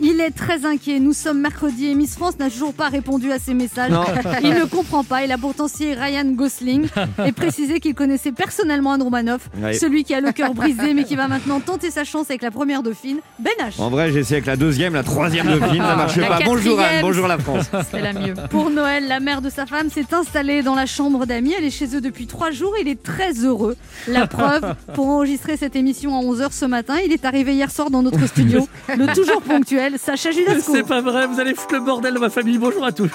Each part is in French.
Il est très inquiet, nous sommes mercredi et Miss France n'a toujours pas répondu à ses messages. Non. Il ne comprend pas, il a pourtant scié Ryan Gosling et précisé qu'il connaissait personnellement Anne Romanoff, Ouais. celui qui a le cœur brisé mais qui va maintenant tenter sa chance avec la première dauphine, Ben H. En vrai, j'ai essayé avec la deuxième, la troisième de film, ça marche La pas. Bonjour quatrième. Anne, bonjour la France. C'est la mieux. Pour Noël, la mère de sa femme s'est installée dans la chambre d'amis. Elle est chez eux depuis trois jours. Il est très heureux. La preuve, pour enregistrer cette émission à 11h ce matin, il est arrivé hier soir dans notre studio. Le toujours ponctuel, Sacha Judasco. C'est pas vrai, vous allez foutre le bordel dans ma famille. Bonjour à tous.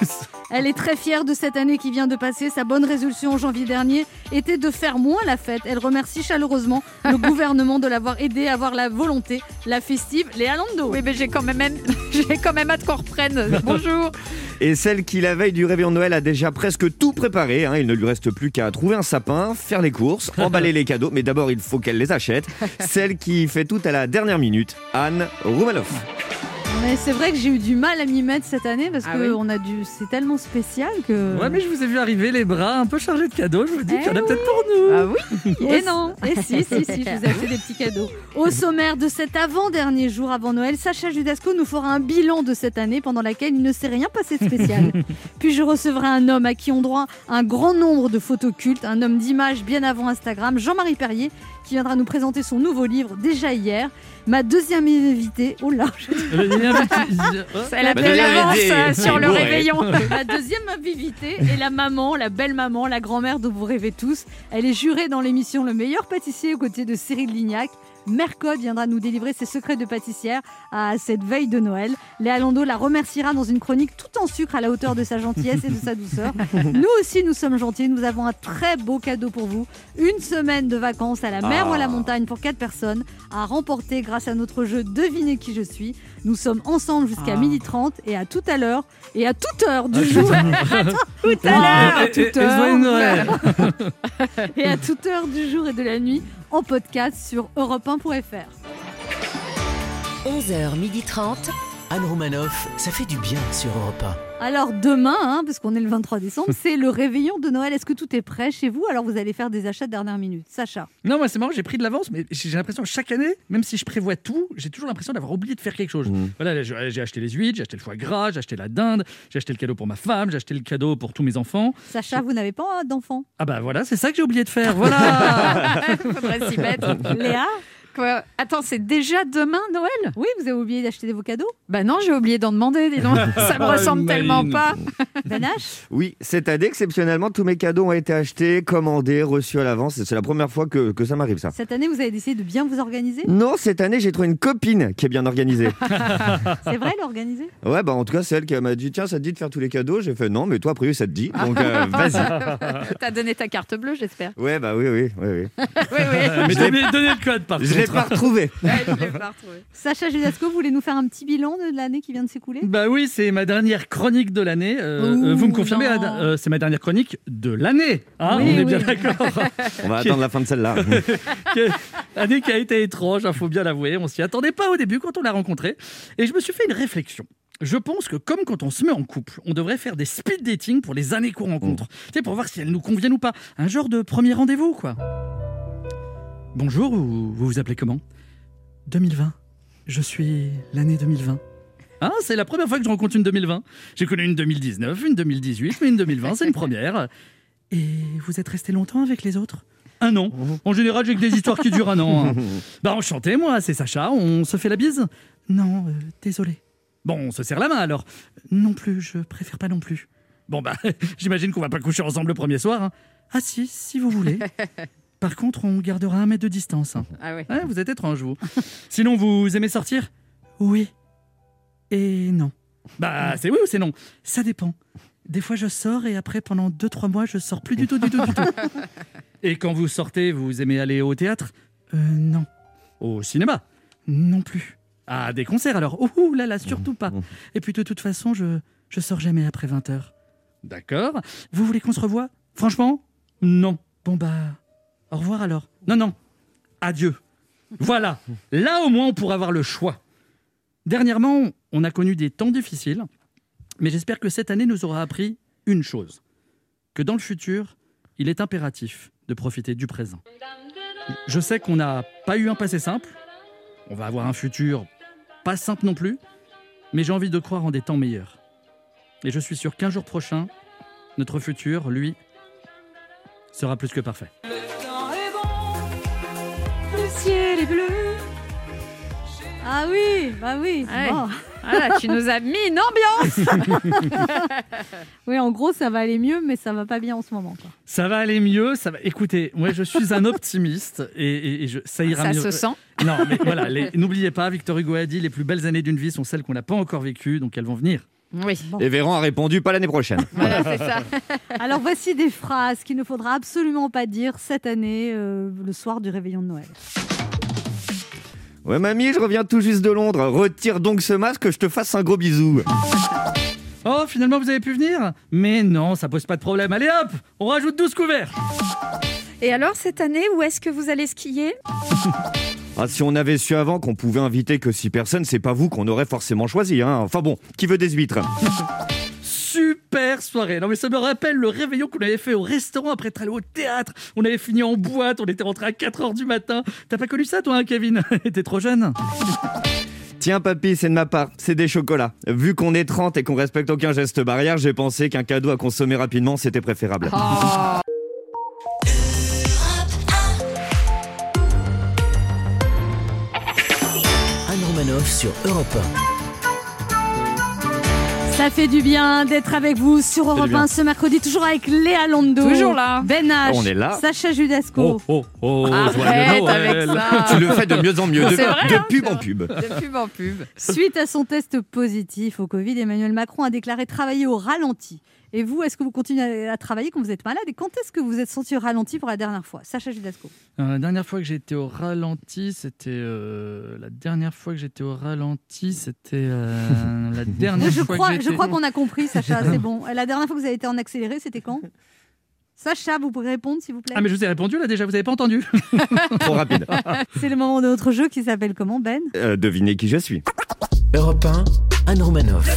Elle est très fière de cette année qui vient de passer. Sa bonne résolution en janvier dernier était de faire moins la fête. Elle remercie chaleureusement le gouvernement de l'avoir aidé à avoir la volonté, la festive. Léa Lando. Oui, mais j'ai quand même, j'ai quand même hâte qu'on reprenne. Bonjour. Et celle qui, la veille du réveillon de Noël, a déjà presque tout préparé. hein. Il ne lui reste plus qu'à trouver un sapin, faire les courses, emballer les cadeaux. Mais d'abord, il faut qu'elle les achète. Celle qui fait tout à la dernière minute, Anne Roumanoff. Mais c'est vrai que j'ai eu du mal à m'y mettre cette année parce Ah que oui. on a dû. C'est tellement spécial que. Ouais, mais je vous ai vu arriver les bras un peu chargés de cadeaux. Je vous dis Eh qu'il y en a peut-être pour nous. Ah oui. Et non, et si, si, si, je vous ai acheté des petits cadeaux. Au sommaire de cet avant-dernier jour avant Noël, Sacha Judasco nous fera un bilan de cette année pendant laquelle il ne s'est rien passé de spécial. Puis je recevrai un homme à qui ont droit un grand nombre de photos cultes, un homme d'image bien avant Instagram, Jean-Marie Perrier, qui viendra nous présenter son nouveau livre déjà hier. Ma deuxième invitée, oh là, Il y a un petit- Oh. Elle a Bah, de deuxième l'avance idée. euh, C'est sur le bourré. réveillon. La deuxième invitée est la maman, la belle maman, la grand-mère dont vous rêvez tous. Elle est jurée dans l'émission Le meilleur pâtissier aux côtés de Cyril Lignac. Mercotte viendra nous délivrer ses secrets de pâtissière à cette veille de Noël. Léa Lando la remerciera dans une chronique tout en sucre à la hauteur de sa gentillesse et de sa douceur. Nous aussi, nous sommes gentils. Nous avons un très beau cadeau pour vous. Une semaine de vacances à la mer Ah. ou à la montagne pour quatre personnes à remporter grâce à notre jeu Devinez qui je suis. Nous sommes ensemble jusqu'à Ah. 12h30 et à tout à l'heure et à toute heure du jour Tout à l'heure. Et- et- et joyeux Noël. et à toute heure du jour et de la nuit en podcast sur europe1.fr. 11h30. Anne Romanoff, ça fait du bien sur Europe Alors demain, hein, parce qu'on est le 23 décembre, c'est le réveillon de Noël. Est-ce que tout est prêt chez vous Alors vous allez faire des achats de dernière minute. Sacha, Non, moi c'est marrant, j'ai pris de l'avance, mais j'ai j'ai l'impression que chaque année, même si je prévois tout, j'ai toujours l'impression d'avoir oublié de faire quelque chose. Mhm. Voilà, là, j'ai j'ai acheté les huîtres, j'ai acheté le foie gras, j'ai acheté la dinde, j'ai acheté le cadeau pour ma femme, j'ai acheté le cadeau pour tous mes enfants. Sacha, vous n'avez pas d'enfant. Ah bah voilà, c'est ça que j'ai oublié de faire. Voilà. Faudrait s'y mettre. Léa Quoi Attends, c'est déjà demain Noël Oui, vous avez oublié d'acheter vos cadeaux. Bah non, j'ai oublié d'en demander. Dis donc, ça me Oh, ressemble Maline. tellement pas. Ben H Oui, cette année, exceptionnellement, tous mes cadeaux ont été achetés, commandés, reçus à l'avance. Et C'est la première fois que, que ça m'arrive, ça. cette année vous avez décidé de bien vous organiser. Non, cette année, j'ai trouvé une copine qui est bien organisée. C'est vrai l'organiser Ouais, bah en tout cas, c'est elle qui m'a dit Tiens, ça te dit de faire tous les cadeaux J'ai fait Non, mais toi, a priori, ça te dit. Donc, euh, vas-y. T'as donné ta carte bleue, j'espère. Ouais, bah oui, oui, oui. oui. Oui, oui. mais Je l'ai- donnez, donnez le code par Je l'ai contre. pas retrouvé. Ouais, je l'ai pas retrouvée. Sacha Judasco, vous voulez nous faire un petit bilan de l'année qui vient de s'écouler Bah oui, c'est ma dernière chronique de l'année. Euh, Ouh, euh, vous me confirmez, non. Ada- euh, c'est ma dernière chronique de l'année. hein, Oui, on est oui. bien d'accord. On va attendre la fin de celle-là. Mmh. Que- année qui a été étrange, il faut bien l'avouer. On s'y attendait pas au début quand on l'a rencontrée. Et je me suis fait une réflexion. Je pense que comme quand on se met en couple, on devrait faire des speed dating pour les années qu'on rencontre. Mm. Tu sais, pour voir si elles nous conviennent ou pas. Un genre de premier rendez-vous, quoi. Bonjour, ou vous vous appelez comment 2020. Je suis l'année 2020. Hein, c'est la première fois que je rencontre une 2020. J'ai connu une 2019, une 2018, mais une 2020, c'est une première. Et vous êtes resté longtemps avec les autres Un an. En général, j'ai que des histoires qui durent un an. hein. Bah, enchanté, moi, c'est Sacha, on se fait la bise Non, euh, désolé. Bon, on se serre la main alors Non plus, je préfère pas non plus. Bon, bah, j'imagine qu'on va pas coucher ensemble le premier soir. hein. Ah, si, si vous voulez. Par contre, on gardera un mètre de distance. hein. Ah oui. Ouais, vous êtes étrange, vous. Sinon, vous aimez sortir Oui. Et non. Bah, c'est oui ou c'est non Ça dépend. Des fois, je sors et après, pendant 2-3 mois, je sors plus du tout, du tout, du tout. Et quand vous sortez, vous aimez aller au théâtre Euh, non. Au cinéma Non plus. À des concerts, alors Ouh là là, surtout pas. Et puis, de toute façon, je, je sors jamais après 20h. D'accord. Vous voulez qu'on se revoie Franchement Non. Bon, bah, au revoir alors. Non, non. Adieu. Voilà, là au moins on pourra avoir le choix. Dernièrement, on a connu des temps difficiles, mais j'espère que cette année nous aura appris une chose. que dans le futur, il est impératif de profiter du présent. Je sais qu'on n'a pas eu un passé simple, on va avoir un futur pas simple non plus, mais j'ai envie de croire en des temps meilleurs. Et je suis sûr qu'un jour prochain, notre futur, lui, sera plus que parfait. Le ciel est bleu. Ah oui, bah oui. Ah Ouais. bon. Voilà, tu nous as mis une ambiance Oui, en gros, ça va aller mieux, mais ça va pas bien en ce moment. quoi. Ça va aller mieux, ça va. Écoutez, moi je suis un optimiste et, et- et je- ça ira Ça mieux. se Euh, sent. Non, mais voilà, les- n'oubliez pas, Victor Hugo a dit les plus belles années d'une vie sont celles qu'on n'a pas encore vécues, donc elles vont venir. Oui, Et Véran a répondu pas l'année prochaine. voilà, c'est ça. Alors voici des phrases qu'il ne faudra absolument pas dire cette année, euh, le soir du réveillon de Noël. Ouais, mamie, je reviens tout juste de Londres. Retire donc ce masque, que je te fasse un gros bisou. Oh, finalement vous avez pu venir Mais non, ça pose pas de problème. Allez hop, on rajoute 12 couverts Et alors, cette année, où est-ce que vous allez skier Ah, si on avait su avant qu'on pouvait inviter que six personnes, c'est pas vous qu'on aurait forcément choisi. Hein. Enfin bon, qui veut des huîtres Super soirée. Non mais ça me rappelle le réveillon qu'on avait fait au restaurant après être allé au théâtre. On avait fini en boîte, on était rentré à 4h du matin. T'as pas connu ça toi, hein, Kevin Ah. T'es trop jeune. Tiens, papy, c'est de ma part, c'est des chocolats. Vu qu'on est 30 et qu'on respecte aucun geste barrière, j'ai pensé qu'un cadeau à consommer rapidement, c'était préférable. Oh. Ah, Anne Romanoff sur Europe Ça fait du bien d'être avec vous sur Europe du bien. 1 ce mercredi, toujours avec Léa Londo. Toujours là. Ben H, On est là. Sacha Judasco. oh, oh, Arrête avec ça Tu le fais de mieux en mieux, de, C'est vrai, de hein, pub en pub. De pub en pub. Suite à son test positif au Covid, Emmanuel Macron a déclaré travailler au ralenti. Et vous, est-ce que vous continuez à à travailler quand vous êtes malade Et quand est-ce que vous vous êtes senti au ralenti pour la dernière fois Sacha Judasco. Euh, la dernière fois que j'ai été au ralenti, c'était euh, la dernière fois que j'étais au ralenti, c'était euh, la dernière Je fois que crois, je j'ai été- crois qu'on a compris, Sacha, c'est bon. La dernière fois que vous avez été en accéléré, c'était quand Sacha, vous pouvez répondre, s'il vous plaît Ah mais je vous ai répondu là déjà, vous avez pas entendu Trop rapide. C'est le moment de notre jeu qui s'appelle comment, Ben Euh, devinez qui je suis. 1. Europe 1, Anne Romanoff.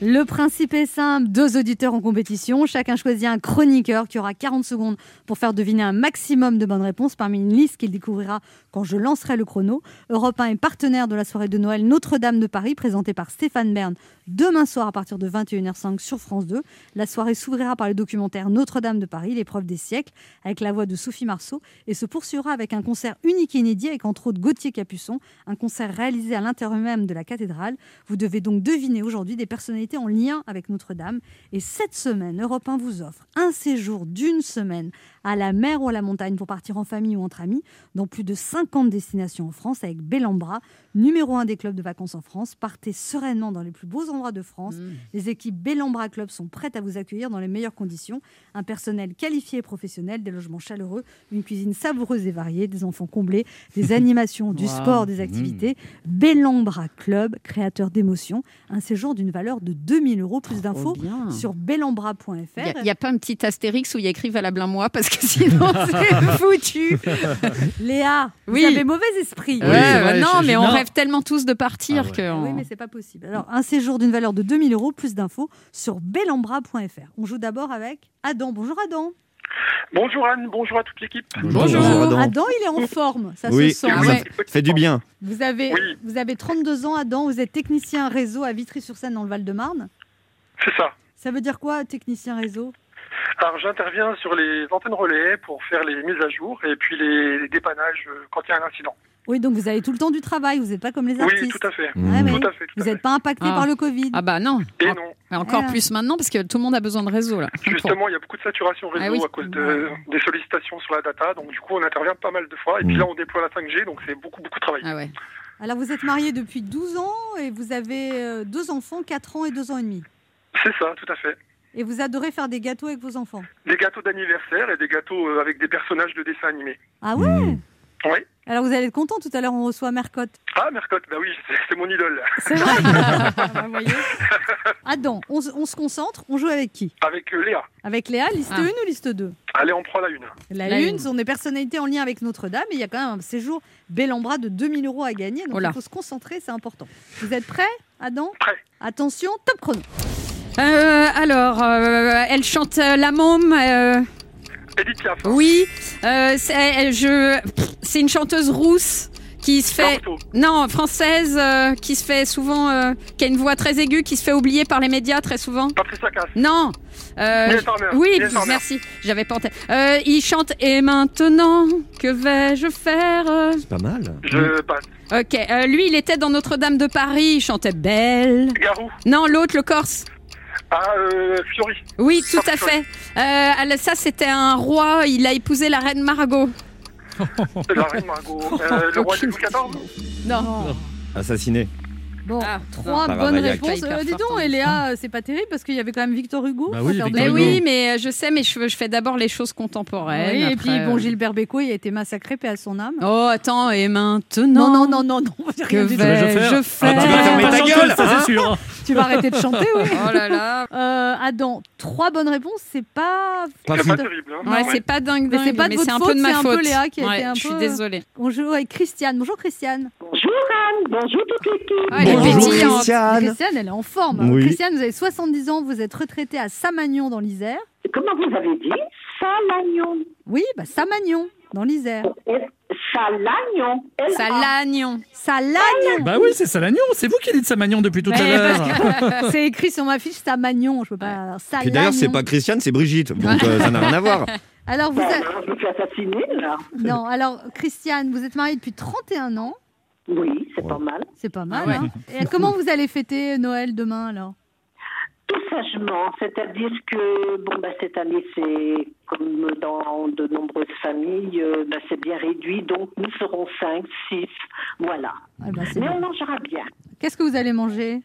Le principe est simple, deux auditeurs en compétition, chacun choisit un chroniqueur qui aura 40 secondes pour faire deviner un maximum de bonnes réponses parmi une liste qu'il découvrira quand je lancerai le chrono. Europe 1 est partenaire de la soirée de Noël Notre-Dame de Paris présentée par Stéphane Bern demain soir à partir de 21h05 sur France 2. La soirée s'ouvrira par le documentaire Notre-Dame de Paris, l'épreuve des siècles, avec la voix de Sophie Marceau et se poursuivra avec un concert unique et inédit avec entre autres Gauthier Capuçon, un concert réalisé à l'intérieur même de la cathédrale. Vous devez donc deviner aujourd'hui des personnalités en lien avec Notre-Dame. Et cette semaine, Europe 1 vous offre un séjour d'une semaine à la mer ou à la montagne pour partir en famille ou entre amis dans plus de 50 destinations en France avec Bellambra, numéro 1 des clubs de vacances en France. Partez sereinement dans les plus beaux endroits de France. Les équipes Bellambra Club sont prêtes à vous accueillir dans les meilleures conditions. Un personnel qualifié et professionnel, des logements chaleureux, une cuisine savoureuse et variée, des enfants comblés, des animations, du Wow. sport, des activités. Bellambra Club, créateur d'émotions. Un séjour d'une valeur de 2000 euros. Oh, Plus d'infos sur bellambra.fr. Il n'y a, pas un petit astérix où il y a écrit Valable un mois parce que sinon c'est foutu. Léa, Oui. vous avez mauvais esprit. Oui, Ouais, c'est vrai, non, je- mais je- on non. rêve tellement tous de partir Ah ouais. que. Oui, mais c'est pas possible. Ah. Alors, un séjour d'une valeur de 2000 euros, plus d'infos sur bellambra.fr. On joue d'abord avec Adam. Bonjour Adam. Bonjour Anne, bonjour à toute l'équipe. Bonjour. Adam. il est en forme, ça Oui. se sent. Ah ouais. Fait du bien. Vous, avez, Oui. vous avez 32 ans, Adam, vous êtes technicien réseau à Vitry-sur-Seine dans le Val-de-Marne. C'est ça. Ça veut dire quoi, technicien réseau Alors j'interviens sur les antennes relais pour faire les mises à jour et puis les, les dépannages euh, quand il y a un incident. Oui, donc vous avez tout le temps du travail, vous n'êtes pas comme les Oui, artistes. tout à fait. Mmh. Ouais, mais Tout à fait, tout Vous à fait. n'êtes pas impacté Ah. par le Covid. Ah bah non. Et En- non, mais encore Ah. plus maintenant parce que tout le monde a besoin de réseau là. Pour- justement, il y a beaucoup de saturation réseau Ah oui. à cause de- des sollicitations sur la data. Donc du coup, on intervient pas mal de fois. Et puis Mm. là, on déploie la 5G, donc c'est beaucoup, beaucoup de travail. Ah ouais. Alors vous êtes marié depuis 12 ans et vous avez euh, deux enfants, 4 ans et 2 ans et demi. C'est ça, tout à fait. Et vous adorez faire des gâteaux avec vos enfants. Des gâteaux d'anniversaire et des gâteaux euh, avec des personnages de dessins animés. Ah ouais Hmm. Mm. Oui. Alors vous allez être content, tout à l'heure on reçoit Mercotte. Ah, Mercotte, bah oui, c'est- c'est mon idole. C'est vrai Ah, vous voyez. Adam, on, se- on se concentre, on joue avec qui Avec euh, Léa. Avec Léa, liste Ah. 1 ou liste 2 Allez, on prend la une. La, La une, une. sont des personnalités en lien avec Notre-Dame. et Il y a quand même un séjour Bellambra de 2000 euros à gagner. Donc Oh là. il faut se concentrer, c'est important. Vous êtes prêts, Adam Prêt. Attention, top chrono. Euh, alors, euh, elle chante euh, La Môme. euh, Edith Piaf. oui. Euh, c'est elle- je- pff, c'est une chanteuse rousse qui se fait. Corto. Non, française, euh, qui se fait souvent. euh, qui a une voix très aiguë, qui se fait oublier par les médias très souvent. Patricia Cass. Non. euh, Mylène Farmer. oui, Mylène Farmer. merci. J'avais pas en tête. Euh, il chante Et maintenant, que vais-je faire C'est pas mal. Je passe. Ok, euh, lui, il était dans Notre-Dame de Paris, il chantait Belle. Garou. Non, l'autre, le Corse. Ah, euh, Fiori. Oui, tout à Corse, fait. Euh, elle- ça, c'était un roi, il a épousé la reine Margot. La reine Margot. Euh, le roi Aucune Louis XIV. Non. Assassiné. Bon, Ah, trois Par bonnes Ravaillac. réponses. Pas hyper Euh, dis donc, fort, hein. Eléa, c'est pas terrible parce qu'il y avait quand même Victor Hugo. Bah faut oui, faire de Victor Mais la- Hugo. oui, mais euh, je sais, mais je, je fais d'abord les choses contemporaines. Oui, et après, puis bon, euh. Gilbert Bécaud, il a été massacré, paix à son âme. Oh, attends, et maintenant Non, non, non, non, non, on va dire Que rien du tout. vas déjà vais-je faire faire Ah, Ah, tu vas fermer ta Chanteuse, gueule, ça hein c'est sûr. Tu vas arrêter de chanter, oui. Oh là là. Euh, Adam, trois bonnes réponses, c'est pas. Pas Juste- C'est pas terrible. Hein. Ouais, c'est pas dingue, Mais dingue, c'est pas de mais votre c'est un faute, peu de c'est ma un peu faute. Léa qui a Ouais, été un Je suis peu- euh, désolée. On joue avec Christiane. Bonjour Christiane. Bonjour Anne, bonjour toute l'équipe. Ah, elle est Bonjour pétillante. Mais Christiane. Christiane, elle est en forme. Oui. Christiane, vous avez 70 ans, vous êtes retraitée à Samagnon dans l'Isère. Comment vous avez dit Salagnon. Oui, bah Samagnon dans l'Isère. Est- Euh, Salagnon. L-A. Salagnon. Salagnon. Bah oui, c'est Salagnon, c'est vous qui dites Samagnon depuis tout à Ouais, l'heure. C'est écrit sur ma fiche Samagnon, je peux pas. Salagnon. Puis d'ailleurs, c'est pas Christiane, c'est Brigitte. Donc euh, ça n'a rien à voir. Alors vous Ben, êtes... alors, je me suis assassinée, là. non, alors Christiane, vous êtes mariée depuis 31 ans, Oui, c'est pas mal. c'est pas mal. Ah ouais. hein. Et comment vous allez fêter Noël demain alors Tout sagement, c'est-à-dire que bon, ben, cette année, c'est comme dans de nombreuses familles, euh, ben, c'est bien réduit, donc nous serons 5, 6, voilà. Ah bah, c'est Mais on bon. mangera bien. Qu'est-ce que vous allez manger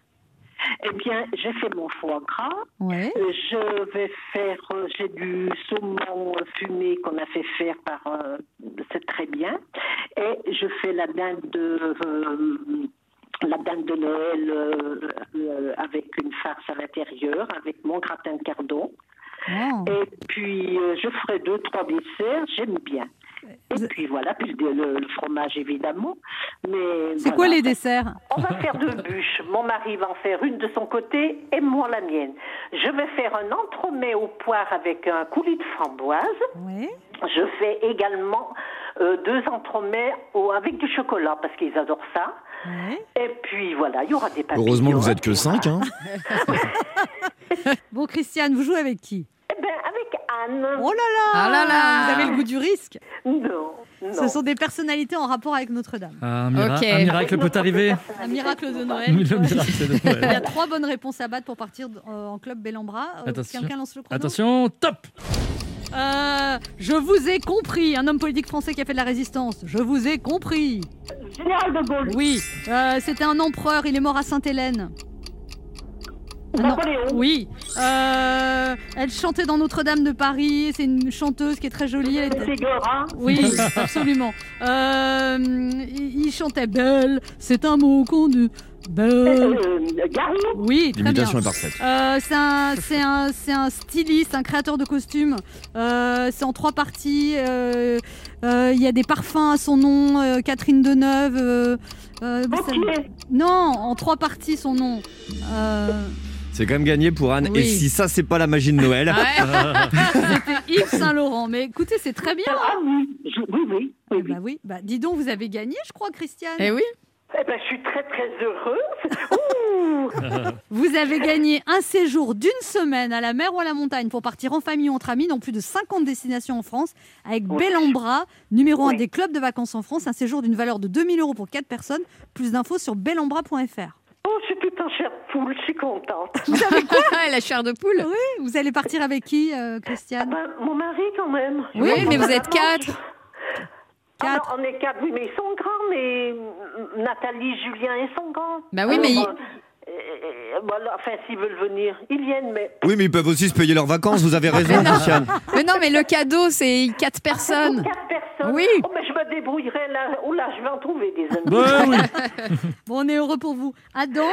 Eh bien, j'ai fait mon foie gras, Ouais. Euh, Je vais faire, euh, j'ai du saumon euh, fumé qu'on a fait faire par, euh, c'est très bien. Et je fais la dinde de, euh, la dinde de Noël euh, euh, avec une farce à l'intérieur, avec mon gratin de cardon. Oh. Et puis euh, je ferai deux, trois desserts, j'aime bien. Vous- Et puis voilà, puis le, le- le fromage évidemment. Mais C'est quoi voilà. les desserts On va faire deux bûches. Mon mari va en faire une de son côté et moi la mienne. Je vais faire un entremets aux poires avec un coulis de framboise. Ouais. Je fais également euh, deux entremets au- avec du chocolat parce qu'ils adorent ça. ouais. Et puis voilà, il y aura des papillons. Heureusement que vous êtes que 5. Hein. Bon Christiane, vous jouez avec qui Eh bien, avec Anne. Oh là là Ah là là Vous avez le goût du risque. Non, non. Ce sont des personnalités en rapport avec Notre-Dame. Ah, un, mira- Ok. un miracle Avec peut notre arriver. Un personnalité. miracle de Noël. Le miracle de Il y Noël. a trois bonnes réponses à battre pour partir euh, en club Bellambra. Euh, Attention. Quelqu'un lance le chrono Attention, top Euh, je vous ai compris, un homme politique français qui a fait de la résistance. Je vous ai compris. Général de Gaulle. Oui. Euh, C'était un empereur, il est mort à Sainte-Hélène. Ah non. Napoléon. Oui. Euh, elle chantait dans Notre-Dame de Paris. C'est une chanteuse qui est très jolie. Elle était- Ségora. Oui, absolument. Euh, il il chantait Belle. C'est un mot qu'on dit. Belle. Euh, Garou. Oui, très bien. L'imitation est parfaite. Euh, c'est un, c'est un, c'est un styliste, un créateur de costumes. Euh, c'est en trois parties. euh, euh, Il y a des parfums à son nom. euh, Catherine Deneuve. euh, euh, ça- Gautier. non, en trois parties son nom. Euh, C'est quand même gagné pour Anne. Oui. Et si ça, c'est pas la magie de Noël. Yves Saint Laurent. Mais écoutez, c'est très bien. Ah oui, je- oui, oui. oui, Eh oui. Bah oui, bah dis donc, vous avez gagné, je crois, Christiane. Et oui. Eh ben, je suis très, très heureuse. Ouh Vous avez gagné un séjour d'une semaine à la mer ou à la montagne pour partir en famille ou entre amis dans plus de 50 destinations en France avec Oui. Bellambra, numéro un Oui. des clubs de vacances en France. Un séjour d'une valeur de 2000 euros pour 4 personnes. Plus d'infos sur bellambra.fr. Oh, c'est tout un cher poule, je suis contente. La chair de poule. Vous allez partir avec qui, euh, Ah Christiane ben, mon mari, quand même. Oui, Je mais vois vous pas êtes vraiment. quatre. Ah Quatre. non, on est quatre, oui, mais ils sont grands, mais euh, Nathalie, Julien, ils sont grands. Bah oui, mais ils- euh, euh, voilà, enfin, s'ils veulent venir, ils viennent, mais Oui, mais ils peuvent aussi se payer leurs vacances. Vous avez raison, Christiane. Mais non, mais le cadeau, c'est quatre personnes. quatre personnes. Oui. Oh, mais je me débrouillerai là. Oh là, je vais en trouver des amis. Bah oui. Bon, on est heureux pour vous. Adam,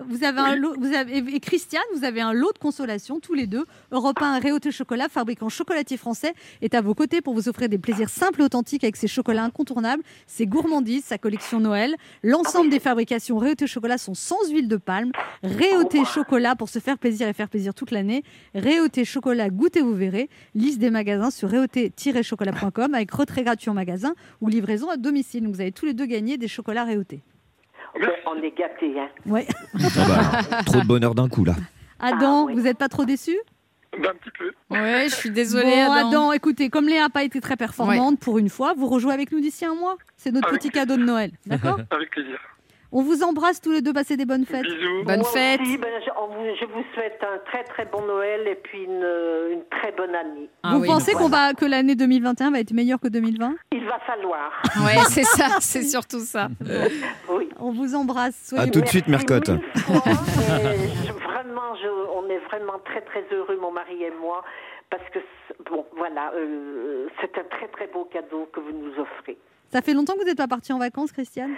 Vous avez un lot, vous avez, et Christiane, vous avez un lot de consolation, tous les deux. Europe 1 Réauté Chocolat, fabricant chocolatier français, est à vos côtés pour vous offrir des plaisirs simples et authentiques avec ses chocolats incontournables, ses gourmandises, sa collection Noël. L'ensemble des fabrications Réauté Chocolat sont sans huile de palme. Réauté Chocolat pour se faire plaisir et faire plaisir toute l'année. Réauté Chocolat, goûtez, vous verrez. Liste des magasins sur réauté-chocolat.com avec retrait gratuit en magasin ou livraison à domicile. Donc vous avez tous les deux gagné des chocolats Réauté. On est gâtés, hein. Ouais. Ah bah, trop de bonheur d'un coup là. Adam, Ah, oui. vous n'êtes pas trop déçu Ben, un petit peu. Ouais, je suis désolée, Bon, Adam. Adam, écoutez, comme Léa n'a pas été très performante pour une fois, vous rejouez avec nous d'ici un mois. C'est notre Avec petit cadeau de Noël, d'accord Avec plaisir. On vous embrasse tous les deux, passez des bonnes fêtes. Bisous. Bonne Moi fête. aussi, ben, je, on vous- je vous souhaite un très très bon Noël et puis une, une très bonne année. Ah vous oui, pensez non. qu'on va que l'année 2021 va être meilleure que 2020 Il va falloir. Ouais, c'est ça, c'est surtout ça. Oui. On vous embrasse. À Soyez tout de suite, Merci Mercotte. mille fois, et je- vraiment, je- on est vraiment très très heureux, mon mari et moi, parce que c'est- bon, voilà, euh, c'est un très très beau cadeau que vous nous offrez. Ça fait longtemps que vous n'êtes pas parti en vacances, Christiane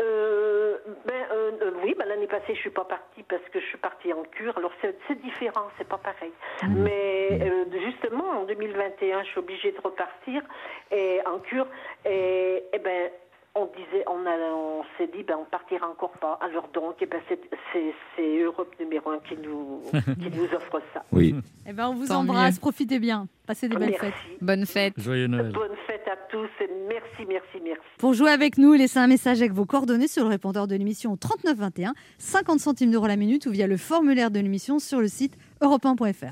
Euh, ben, euh, euh, oui, ben, l'année passée, je suis pas partie parce que je suis partie en cure. Alors, c'est c'est différent, c'est pas pareil. Mais euh, justement, en 2021, je suis obligée de repartir et, en cure. Et, eh ben, on disait, on, a- on s'est dit, ben, on partira encore pas. Alors donc, eh ben, c'est- c'est c'est Europe numéro un qui nous, qui nous offre ça. Oui. Eh ben, on vous Tant embrasse. mieux. Profitez bien. Passez des belles Merci. fêtes. Bonne fête. Joyeux Noël. Bonne fête à tous et merci, merci, merci. Pour jouer avec nous, laissez un message avec vos coordonnées sur le répondeur de l'émission au 3921, 50 centimes d'euros la minute ou via le formulaire de l'émission sur le site europe 1.fr.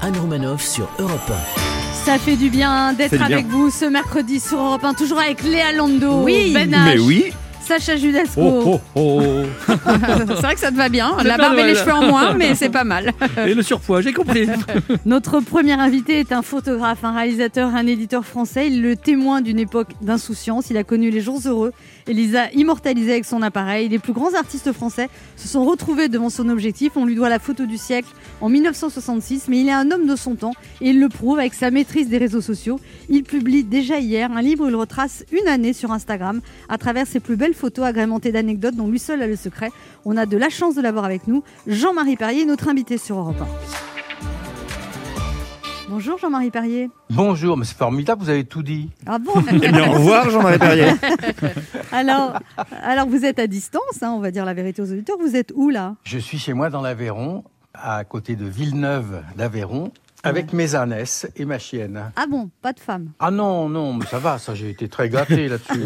Anne Romanoff sur Europe Ça fait du bien d'être Fait du bien. avec vous ce mercredi sur Europe 1, toujours avec Léa Lando, Oui. Ben H, Mais oui. Sacha Judasco. Oh, oh, oh. C'est vrai que ça te va bien. C'est La pas barbe et les Noël. cheveux en moins, mais c'est pas mal. Et le surpoids, j'ai compris. Notre premier invité est un photographe, un réalisateur, un éditeur français. Il est le témoin d'une époque d'insouciance. Il a connu les jours heureux et les a immortalisés avec son appareil. Les plus grands artistes français se sont retrouvés devant son objectif. On lui doit la photo du siècle en 1966, mais il est un homme de son temps et il le prouve avec sa maîtrise des réseaux sociaux. Il publie déjà hier un livre où il retrace une année sur Instagram à travers ses plus belles photos agrémentées d'anecdotes dont lui seul a le secret. On a de la chance de l'avoir avec nous. Jean-Marie Perrier, est notre invité sur Europe 1. Bonjour Jean-Marie Perrier. Bonjour, mais c'est formidable, vous avez tout dit. Ah bon Eh bien, au revoir, Jean-Marie Perrier. alors, alors vous êtes à distance, hein, on va dire la vérité aux auditeurs. Vous êtes où là Je suis chez moi dans l'Aveyron, à côté de Villeneuve d'Aveyron, avec mes ânesses et ma chienne. Ah bon, pas de femme. Ah non, non, mais ça va, ça j'ai été très gâté là-dessus.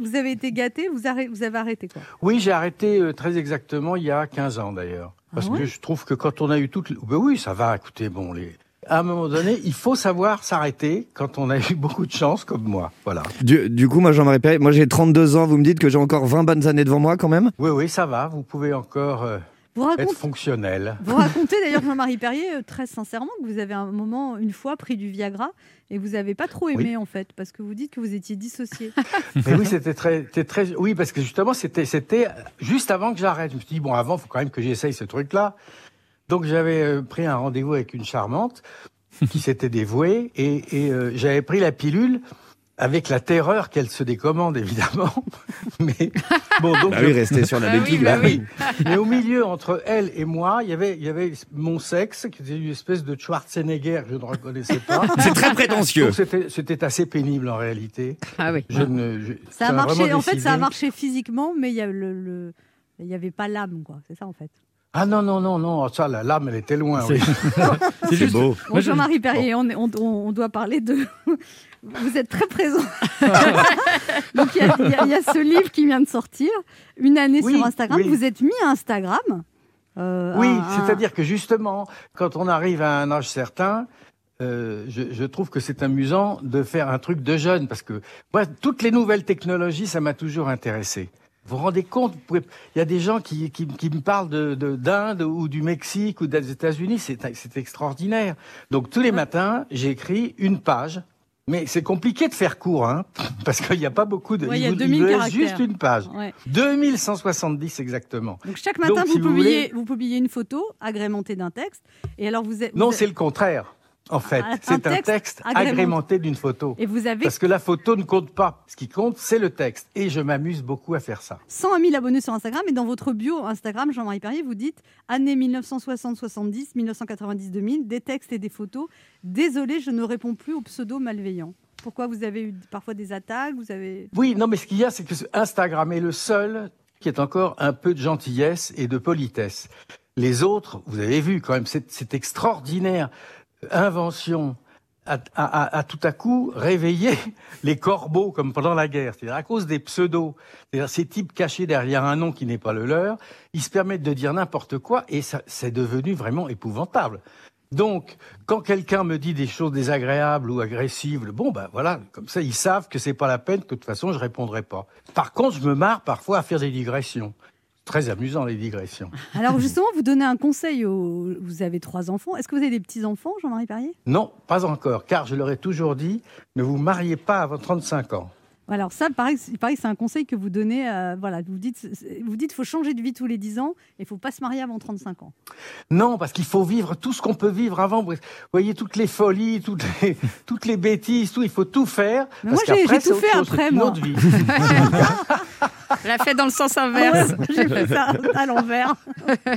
Vous avez été gâté, vous, arrê- vous avez arrêté quoi Oui, j'ai arrêté euh, très exactement il y a 15 ans d'ailleurs. Parce Ah ouais que je trouve que quand on a eu toutes... les- Ben oui, ça va, écoutez, bon, les... À un moment donné, il faut savoir s'arrêter quand on a eu beaucoup de chance comme moi. Voilà. Du, du coup, moi, Jean-Marie Perrier, moi j'ai 32 ans, vous me dites que j'ai encore 20 bonnes années devant moi quand même Oui, oui, ça va, vous pouvez encore euh, Vous, être raconte- fonctionnel. vous racontez d'ailleurs Jean-Marie Perrier euh, très sincèrement que vous avez un moment, une fois, pris du Viagra et vous n'avez pas trop aimé en fait, parce que vous dites que vous étiez dissocié. Mais oui, c'était très, c'était très, oui, parce que justement, c'était, c'était juste avant que j'arrête. Je me suis dit, bon, avant, faut quand même que j'essaye ce truc-là. Donc, j'avais euh, pris un rendez-vous avec une charmante qui s'était dévouée et, et, euh, j'avais pris la pilule avec la terreur qu'elle se décommande, évidemment. Mais bon, donc, Bah je- oui, rester sur la Bah oui, béquille. bah là. oui. mais au milieu, entre elle et moi, il y avait, il y avait mon sexe, qui était une espèce de Schwarzenegger que je ne reconnaissais pas. C'est très prétentieux. Donc, c'était, c'était assez pénible, en réalité. Ah oui. Je ne, je- Ça a m'a marché, vraiment en fait, ça a décidé. marché physiquement, mais il y a le- le- il n'y avait pas l'âme, quoi. C'est ça en fait. Ah non, non, non, non, ça, la lame, elle était loin. C'est- Oui. C'est C'est juste. beau. Bon, Jean-Marie Perrier, on, est- on- on- on doit parler de. Vous êtes très présent. Ah Donc il y, a- il y a- il y a ce livre qui vient de sortir, Une année Oui, sur Instagram. oui. Vous êtes mis à Instagram. euh, Oui, un- un- c'est-à-dire que justement, quand on arrive à un âge certain, euh, je, je trouve que c'est amusant de faire un truc de jeune, parce que moi, toutes les nouvelles technologies, ça m'a toujours intéressé. Vous vous rendez compte vous pouvez- Il y a des gens qui, qui, qui me parlent de de- d'Inde ou du Mexique ou des États-Unis, c'est c'est extraordinaire. Donc tous les matins, j'écris une page, mais c'est compliqué de faire court, hein, parce qu'il n'y a pas beaucoup de... Ouais, il y a vous- 2000 vous laisse caractères. juste une page. Ouais. 2170 exactement. Donc chaque matin, Donc, vous, si vous publiez, voulez- vous publiez une photo agrémentée d'un texte. Et alors vous êtes. Non, vous c'est êtes- le contraire. en fait. Un c'est un texte texte agrémenté. agrémenté d'une photo. Et vous avez Parce que la photo ne compte pas. Ce qui compte, c'est le texte. Et je m'amuse beaucoup à faire ça. 100 000 abonnés sur Instagram et dans votre bio Instagram, Jean-Marie Perrier, vous dites années 1960-70, 1990-2000, des textes et des photos. Désolé, je ne réponds plus aux pseudos malveillants. Pourquoi vous avez eu parfois des attaques Vous avez Oui, non, mais ce qu'il y a, c'est que ce- Instagram est le seul qui est encore un peu de gentillesse et de politesse. Les autres, vous avez vu quand même cette, cette extraordinaire invention à, à- à- à tout à coup réveiller les corbeaux comme pendant la guerre, c'est-à-dire à cause des pseudos, c'est-à-dire ces types cachés derrière un nom qui n'est pas le leur, ils se permettent de dire n'importe quoi et ça, c'est devenu vraiment épouvantable. Donc, quand quelqu'un me dit des choses désagréables ou agressives, bon, ben voilà, comme ça, ils savent que c'est pas la peine, que de toute façon, je répondrai pas. Par contre, je me marre parfois à faire des digressions. Très amusant, les digressions. Alors justement, vous donnez un conseil aux. Vous avez trois enfants. Est-ce que vous avez des petits enfants, Jean-Marie Perrier Non, pas encore, car je leur ai toujours dit, ne vous mariez pas avant 35 ans. Alors ça, pareil, c'est- pareil, c'est un conseil que vous donnez. euh, voilà, vous dites, vous dites, faut changer de vie tous les 10 ans et faut pas se marier avant 35 ans. Non, parce qu'il faut vivre tout ce qu'on peut vivre avant. Vous voyez, toutes les folies, toutes les, toutes les bêtises, tout, il faut tout faire. Mais parce moi, j'ai- qu'après, j'ai tout c'est autre chose, fait après, c'est une moi. autre vie. Je la fais dans le sens inverse. Ah J'ai fait ça à l'envers.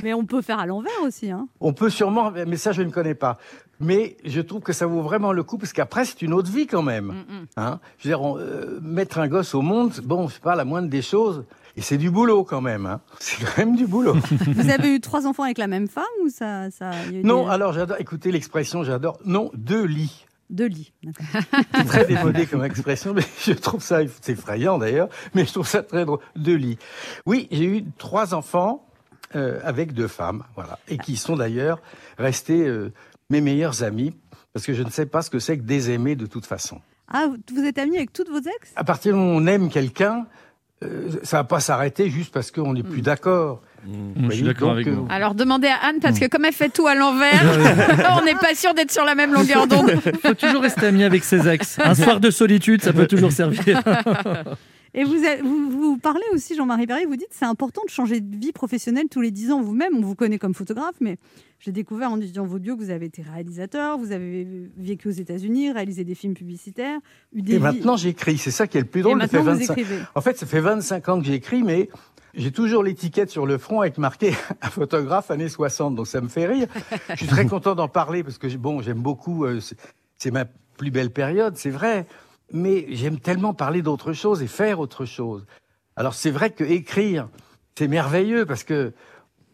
Mais on peut faire à l'envers aussi. hein. On peut sûrement, mais ça je ne connais pas. Mais je trouve que ça vaut vraiment le coup parce qu'après c'est une autre vie quand même. Hein je veux dire, on, euh, mettre un gosse au monde, bon, c'est pas la moindre des choses. Et c'est du boulot quand même. hein. C'est quand même du boulot. Vous avez eu trois enfants avec la même femme ou ça, ça il y a eu non, ah. des- alors j'adore. Écoutez l'expression, j'adore. Non, deux lits. deux lits. d'accord. C'est très démodé comme expression, mais je trouve ça, c'est effrayant d'ailleurs, mais je trouve ça très drôle. Deux lits. Oui, j'ai eu trois enfants euh, avec deux femmes, voilà, et qui sont d'ailleurs restés euh, mes meilleurs amis, parce que je ne sais pas ce que c'est que désaimer de toute façon. Ah, vous- vous êtes amis avec toutes vos ex À partir du moment où on aime quelqu'un, euh, ça va pas s'arrêter juste parce qu'on n'est Mm. plus d'accord. Mm. Je suis d'accord Donc, avec vous. euh, Alors demandez à Anne, parce que comme elle fait tout à l'envers, on n'est pas sûr d'être sur la même longueur d'onde. faut toujours rester ami avec ses ex. Un soir de solitude, ça peut toujours servir. Et vous, avez- vous, vous parlez aussi, Jean-Marie Perrier, vous dites c'est important de changer de vie professionnelle tous les 10 ans vous-même. On vous connaît comme photographe, mais j'ai découvert en étudiant vos bios que vous avez été réalisateur, vous avez vécu aux États-Unis, réalisé des films publicitaires, eu des Et vies- maintenant j'écris, c'est ça qui est le plus Et drôle. ça fait maintenant, vous 25 écrivez. En fait, ça fait 25 ans que j'écris, mais j'ai toujours l'étiquette sur le front avec marqué un photographe années 60, donc ça me fait rire. Je suis très content d'en parler parce que, j'ai- bon, j'aime beaucoup, euh, c'est- c'est ma plus belle période, c'est vrai, mais j'aime tellement parler d'autre chose et faire autre chose. Alors c'est vrai que écrire, c'est merveilleux parce que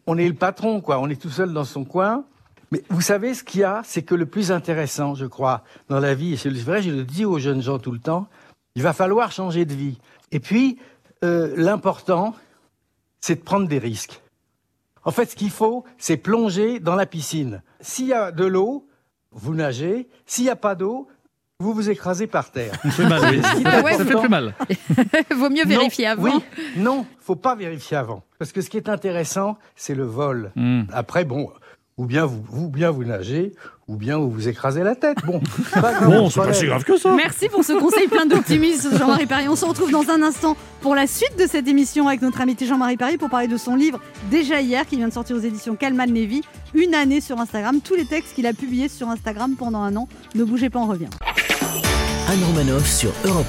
on est le patron, quoi, on est tout seul dans son coin. Mais vous savez, ce qu'il y a, c'est que le plus intéressant, je crois, dans la vie, et c'est vrai, je le dis aux jeunes gens tout le temps, il va falloir changer de vie. Et puis, euh, l'important, c'est de prendre des risques. En fait, ce qu'il faut, c'est plonger dans la piscine. S'il y a de l'eau, vous nagez. S'il n'y a pas d'eau, vous vous écrasez par terre. Ça fait mal, oui. Ah ouais, Ça fait plus mal. Vaut mieux vérifier Non, avant. Oui, non, faut pas vérifier avant. Parce que ce qui est intéressant, c'est le vol. Mm. Après, bon, ou bien vous, ou bien vous nagez, ou bien vous vous écrasez la tête. Bon, pas grave, Bon, c'est pas grave. si grave que ça. Merci pour ce conseil plein d'optimisme, Jean-Marie Perrier. On se retrouve dans un instant pour la suite de cette émission avec notre invité Jean-Marie Perrier pour parler de son livre Déjà hier qui vient de sortir aux éditions Calman Levy, une année sur Instagram, tous les textes qu'il a publiés sur Instagram pendant un an. Ne bougez pas, on revient. Anne Romanoff sur Europe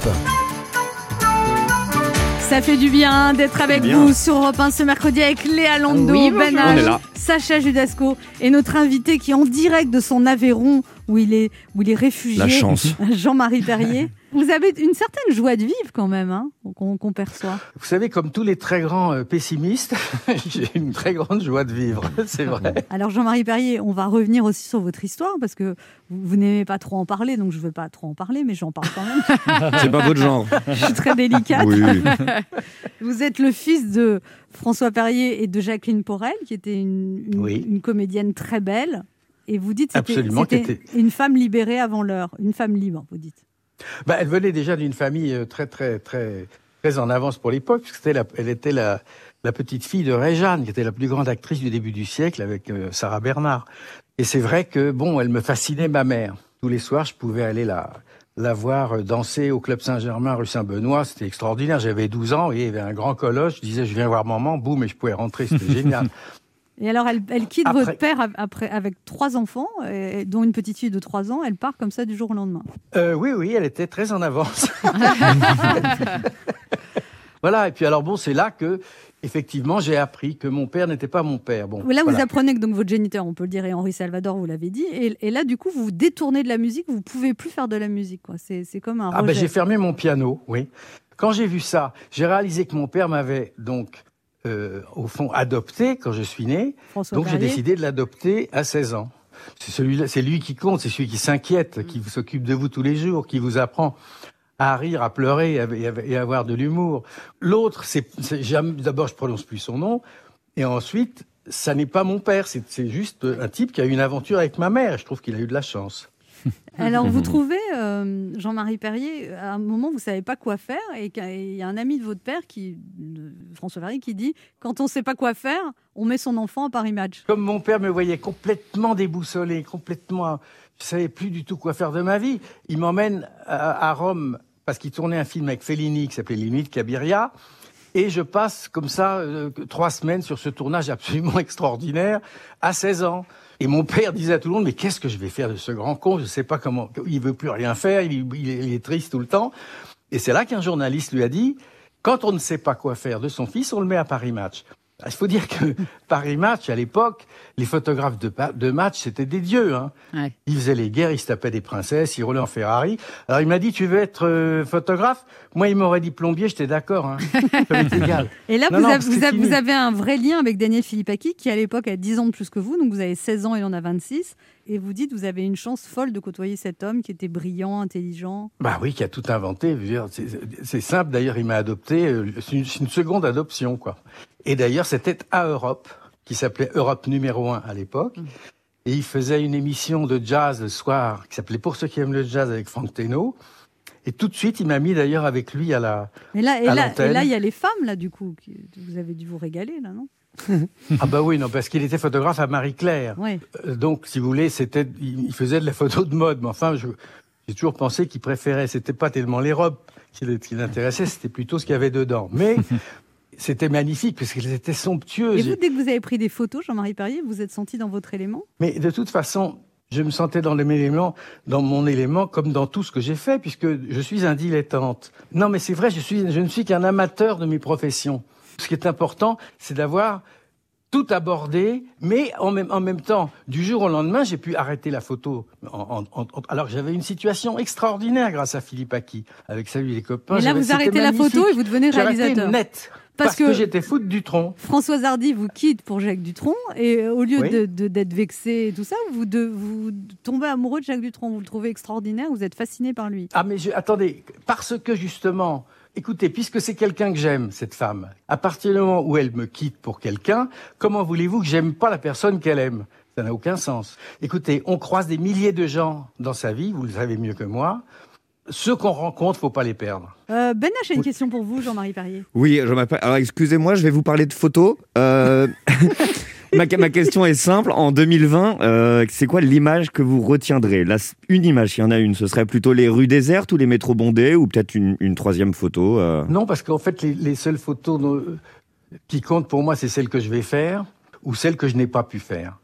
Ça fait du bien d'être avec Bien. vous sur Europe 1 ce mercredi avec Léa Lando, Oui, Ben bonjour. On H, est là. Sacha Judasco et notre invité qui est en direct de son Aveyron où il est, où il est réfugié. La chance. Jean-Marie Perrier. vous avez une certaine joie de vivre quand même, hein, qu'on qu'on perçoit. Vous savez, comme tous les très grands euh, pessimistes, j'ai une très grande joie de vivre, c'est vrai. Alors Jean-Marie Perrier, on va revenir aussi sur votre histoire parce que vous, vous n'aimez pas trop en parler, donc je ne veux pas trop en parler, mais j'en parle quand même. C'est pas votre genre. je suis très délicate. Oui. Vous êtes le fils de François Perrier et de Jacqueline Porel, qui était une, une- Oui. une comédienne très belle. Et vous dites c'était Absolument, qui c'était une femme libérée avant l'heure, une femme libre, vous dites. Bah, elle venait déjà d'une famille euh, très, très, très, très en avance pour l'époque, parce que c'était la- elle était la, la petite fille de Réjeanne, qui était la plus grande actrice du début du siècle avec euh, Sarah Bernard. Et c'est vrai que, bon, elle me fascinait ma mère. Tous les soirs, je pouvais aller la, la voir euh, danser au Club Saint-Germain, rue Saint-Benoît. C'était extraordinaire. J'avais 12 ans et il y avait un grand colloque. Je disais, je viens voir maman, boum, et je pouvais rentrer. C'était génial. Et alors, elle, elle quitte Après- votre père av- après, avec trois enfants, et- dont une petite fille de trois ans. Elle part comme ça du jour au lendemain. Euh, oui, oui, elle était très en avance. voilà, et puis alors bon, c'est là que, effectivement, j'ai appris que mon père n'était pas mon père. Bon, Là, voilà. vous apprenez que donc votre géniteur, on peut le dire, et Henri Salvador, vous l'avez dit. Et, et là, du coup, vous vous détournez de la musique, vous pouvez plus faire de la musique. quoi. C'est c'est comme un Ah ben, rejet. j'ai fermé mon piano, oui. Quand j'ai vu ça, j'ai réalisé que mon père m'avait donc, euh, au fond, adopté quand je suis né. François Donc j'ai Perrier. décidé de l'adopter à 16 ans. C'est celui-là, c'est lui qui compte, c'est celui qui s'inquiète, Mm. qui s'occupe de vous tous les jours, qui vous apprend à rire, à pleurer et à- et à et à avoir de l'humour. L'autre, c'est, c'est jamais- d'abord je prononce plus son nom, et ensuite ça n'est pas mon père, c'est, c'est juste un type qui a eu une aventure avec ma mère. Je trouve qu'il a eu de la chance. Alors, Mhm. vous trouvez, euh, Jean-Marie Perrier, euh, à un moment, vous savez pas quoi faire. Et qu'un- et il y a un ami de votre père, qui, de François Perrier, qui dit Quand on sait pas quoi faire, on met son enfant par image. Comme mon père me voyait complètement déboussolé, complètement, je savais plus du tout quoi faire de ma vie. Il m'emmène à, à Rome parce qu'il tournait un film avec Fellini qui s'appelait Limite Cabiria. Et je passe comme ça euh, trois semaines sur ce tournage absolument extraordinaire à 16 ans. Et mon père disait à tout le monde, mais qu'est-ce que je vais faire de ce grand con Je ne sais pas comment. Il veut plus rien faire, il, il est- il est triste tout le temps. Et c'est là qu'un journaliste lui a dit, quand on ne sait pas quoi faire de son fils, on le met à Paris Match. Bah, Il faut dire que Paris Match, à l'époque, les photographes de, pa- de match, c'était des dieux. Hein. Ouais. Ils faisaient les guerres, ils se tapaient des princesses, ils roulaient en Ferrari. Alors il m'a dit, tu veux être euh, photographe Moi, il m'aurait dit plombier, j'étais d'accord. Hein. Ça m'est égal. Et là, Non, vous, non, avez- parce que vous, c'est avez- fini. vous avez un vrai lien avec Daniel Philippaki, qui à l'époque a 10 ans de plus que vous, donc vous avez 16 ans et il en a 26. Et vous dites, vous avez une chance folle de côtoyer cet homme qui était brillant, intelligent. Bah oui, qui a tout inventé. Je veux dire, c'est- c'est- C'est simple, d'ailleurs, il m'a adopté. euh, C'est une, c'est une seconde adoption, quoi. Et d'ailleurs, c'était à Europe, qui s'appelait Europe numéro 1 à l'époque. Mm. Et il faisait une émission de jazz le soir, qui s'appelait Pour ceux qui aiment le jazz avec Franck Teno. Et tout de suite, il m'a mis d'ailleurs avec lui à la... Mais là, et À là, l'antenne. et là, il y a les femmes, là, du coup. qui- Vous avez dû vous régaler, là, non Ah bah oui, non, parce qu'il était photographe à Marie-Claire. Oui. Euh, Donc, si vous voulez, c'était, il il faisait de la photo de mode. Mais enfin, je- j'ai toujours pensé qu'il préférait. C'était pas tellement les robes qui l- qui l'intéressaient, c'était plutôt ce qu'il y avait dedans. Mais c'était magnifique parce qu'elles étaient Et somptueuses. vous, dès que vous avez pris des photos, Jean-Marie Perrier, vous vous êtes senti dans votre élément Mais de toute façon, je me sentais dans le- élément, dans mon élément, comme dans tout ce que j'ai fait, puisque je suis un dilettante. Non, mais c'est vrai, je, suis, je ne suis qu'un amateur de mes professions. Ce qui est important, c'est d'avoir tout abordé, mais en même, en même temps, du jour au lendemain, j'ai pu arrêter la photo. En- en- en- alors que j'avais une situation extraordinaire grâce à Philippe Aki, avec Salut les copains. Et là, j'avais- vous c'était arrêtez la magnifique. photo et vous devenez J'ai arrêté réalisateur. net, Parce parce, que- que, j'étais foute du tronc. Françoise Hardy vous quitte pour Jacques Dutronc et euh, au lieu Oui. de- de- d'être vexé et tout ça, vous, de- vous tombez amoureux de Jacques Dutronc. Vous le trouvez extraordinaire, vous êtes fasciné par lui. Ah mais je- attendez, parce que justement, écoutez, puisque c'est quelqu'un que j'aime, cette femme, à partir du moment où elle me quitte pour quelqu'un, comment voulez-vous que j'aime pas la personne qu'elle aime Ça n'a aucun sens. Écoutez, on croise des milliers de gens dans sa vie, vous le savez mieux que moi. Ceux qu'on rencontre, faut pas les perdre. Euh, ben H a une question pour vous, Jean-Marie Perrier. Oui, je m'appelle. Alors, excusez-moi, je vais vous parler de photos. Euh, ma, ma question est simple. En 2020, euh, c'est quoi l'image que vous retiendrez Là, c'est Une image, il y en a une. Ce serait plutôt les rues désertes ou les métros bondés ou peut-être une, une troisième photo. euh. Non, parce qu'en fait, les, les seules photos dont- qui comptent pour moi, c'est celles que je vais faire ou celles que je n'ai pas pu faire.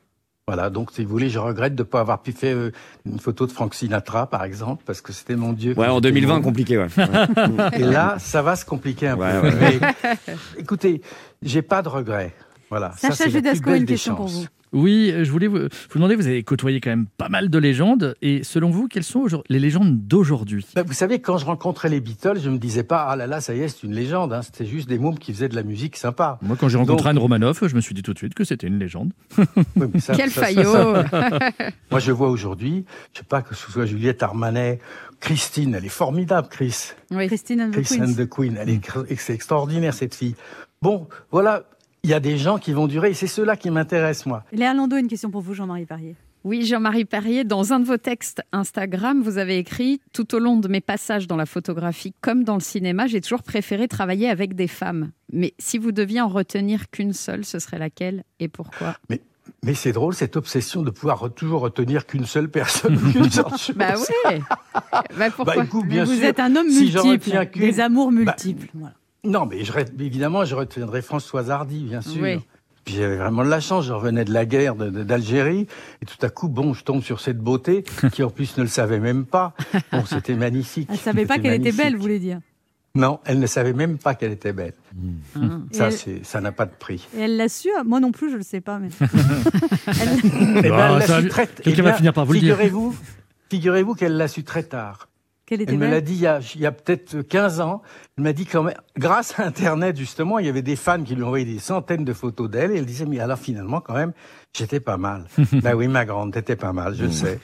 Voilà, donc si vous voulez, je regrette de ne pas avoir pu faire euh, une photo de Frank Sinatra, par exemple, parce que c'était mon Dieu. que Ouais, en j'étais 2020, mauvais. compliqué, ouais. Et là, ça va se compliquer un Ouais, peu. ouais, Mais, écoutez, j'ai pas de regrets. Voilà. ça, Sacha c'est la plus Gedasco a belle une des question pour chances. vous. Oui, euh, je voulais vous, je vous demander, vous avez côtoyé quand même pas mal de légendes. Et selon vous, quelles sont aujourd'hui- les légendes d'aujourd'hui Bah, vous savez, quand je rencontrais les Beatles, je me disais pas, ah là là, ça y est, c'est une légende. hein. C'était juste des mômes qui faisaient de la musique sympa. Moi, quand j'ai rencontré rencontré Donc- Anne Romanoff, je me suis dit tout de suite que c'était une légende. Oui, mais ça- Quel ça- ça- faillot Moi, je vois aujourd'hui, je sais pas que ce soit Juliette Armanet, Christine, elle est formidable, Chris. Oui. Christine and the Chris Queens. and the Queen. Elle est, cr- c'est extraordinaire, cette fille. Bon, voilà. Il y a des gens qui vont durer et c'est ceux-là qui m'intéressent, moi. Léa Landau a une question pour vous, Jean-Marie Perrier. Oui, Jean-Marie Perrier, dans un de vos textes Instagram, vous avez écrit Tout au long de mes passages dans la photographie comme dans le cinéma, j'ai toujours préféré travailler avec des femmes. Mais si vous deviez en retenir qu'une seule, ce serait laquelle et pourquoi Mais c'est drôle, cette obsession de pouvoir re- toujours retenir qu'une seule personne, qu'une seule chose. Bah oui Bah pourquoi Bah, écoute, bien vous sûr. êtes un homme si j'en multiple, retiens qu'une- des amours multiples. voilà. Non, mais je, re- évidemment, je retiendrai Françoise Hardy, bien sûr. Oui. Puis j'avais vraiment de la chance, je revenais de la guerre de- de- d'Algérie, et tout à coup, bon, je tombe sur cette beauté, qui en plus ne le savait même pas. Bon, c'était magnifique. Elle ne savait pas C'était qu'elle était magnifique. belle, vous voulez dire. Non, elle ne savait même pas qu'elle était belle. Hein. Et Ça, elle- c'est, ça n'a pas de prix. Et elle l'a su, ah, moi non plus, je le sais pas. Mais... Elle- Eh ben, Ah, elle l'a ça, su très- quelqu'un eh bien, va finir par vous le dire. Figurez-vous, figurez-vous qu'elle l'a su très tard. Qu'elle était Elle me l'a belle. dit il y a, il y a peut-être 15 ans. Elle m'a dit quand même, grâce à Internet justement, il y avait des fans qui lui envoyaient des centaines de photos d'elle et elle disait, mais alors finalement quand même, j'étais pas mal. ben oui, ma grande, t'étais pas mal, Mm. je le sais.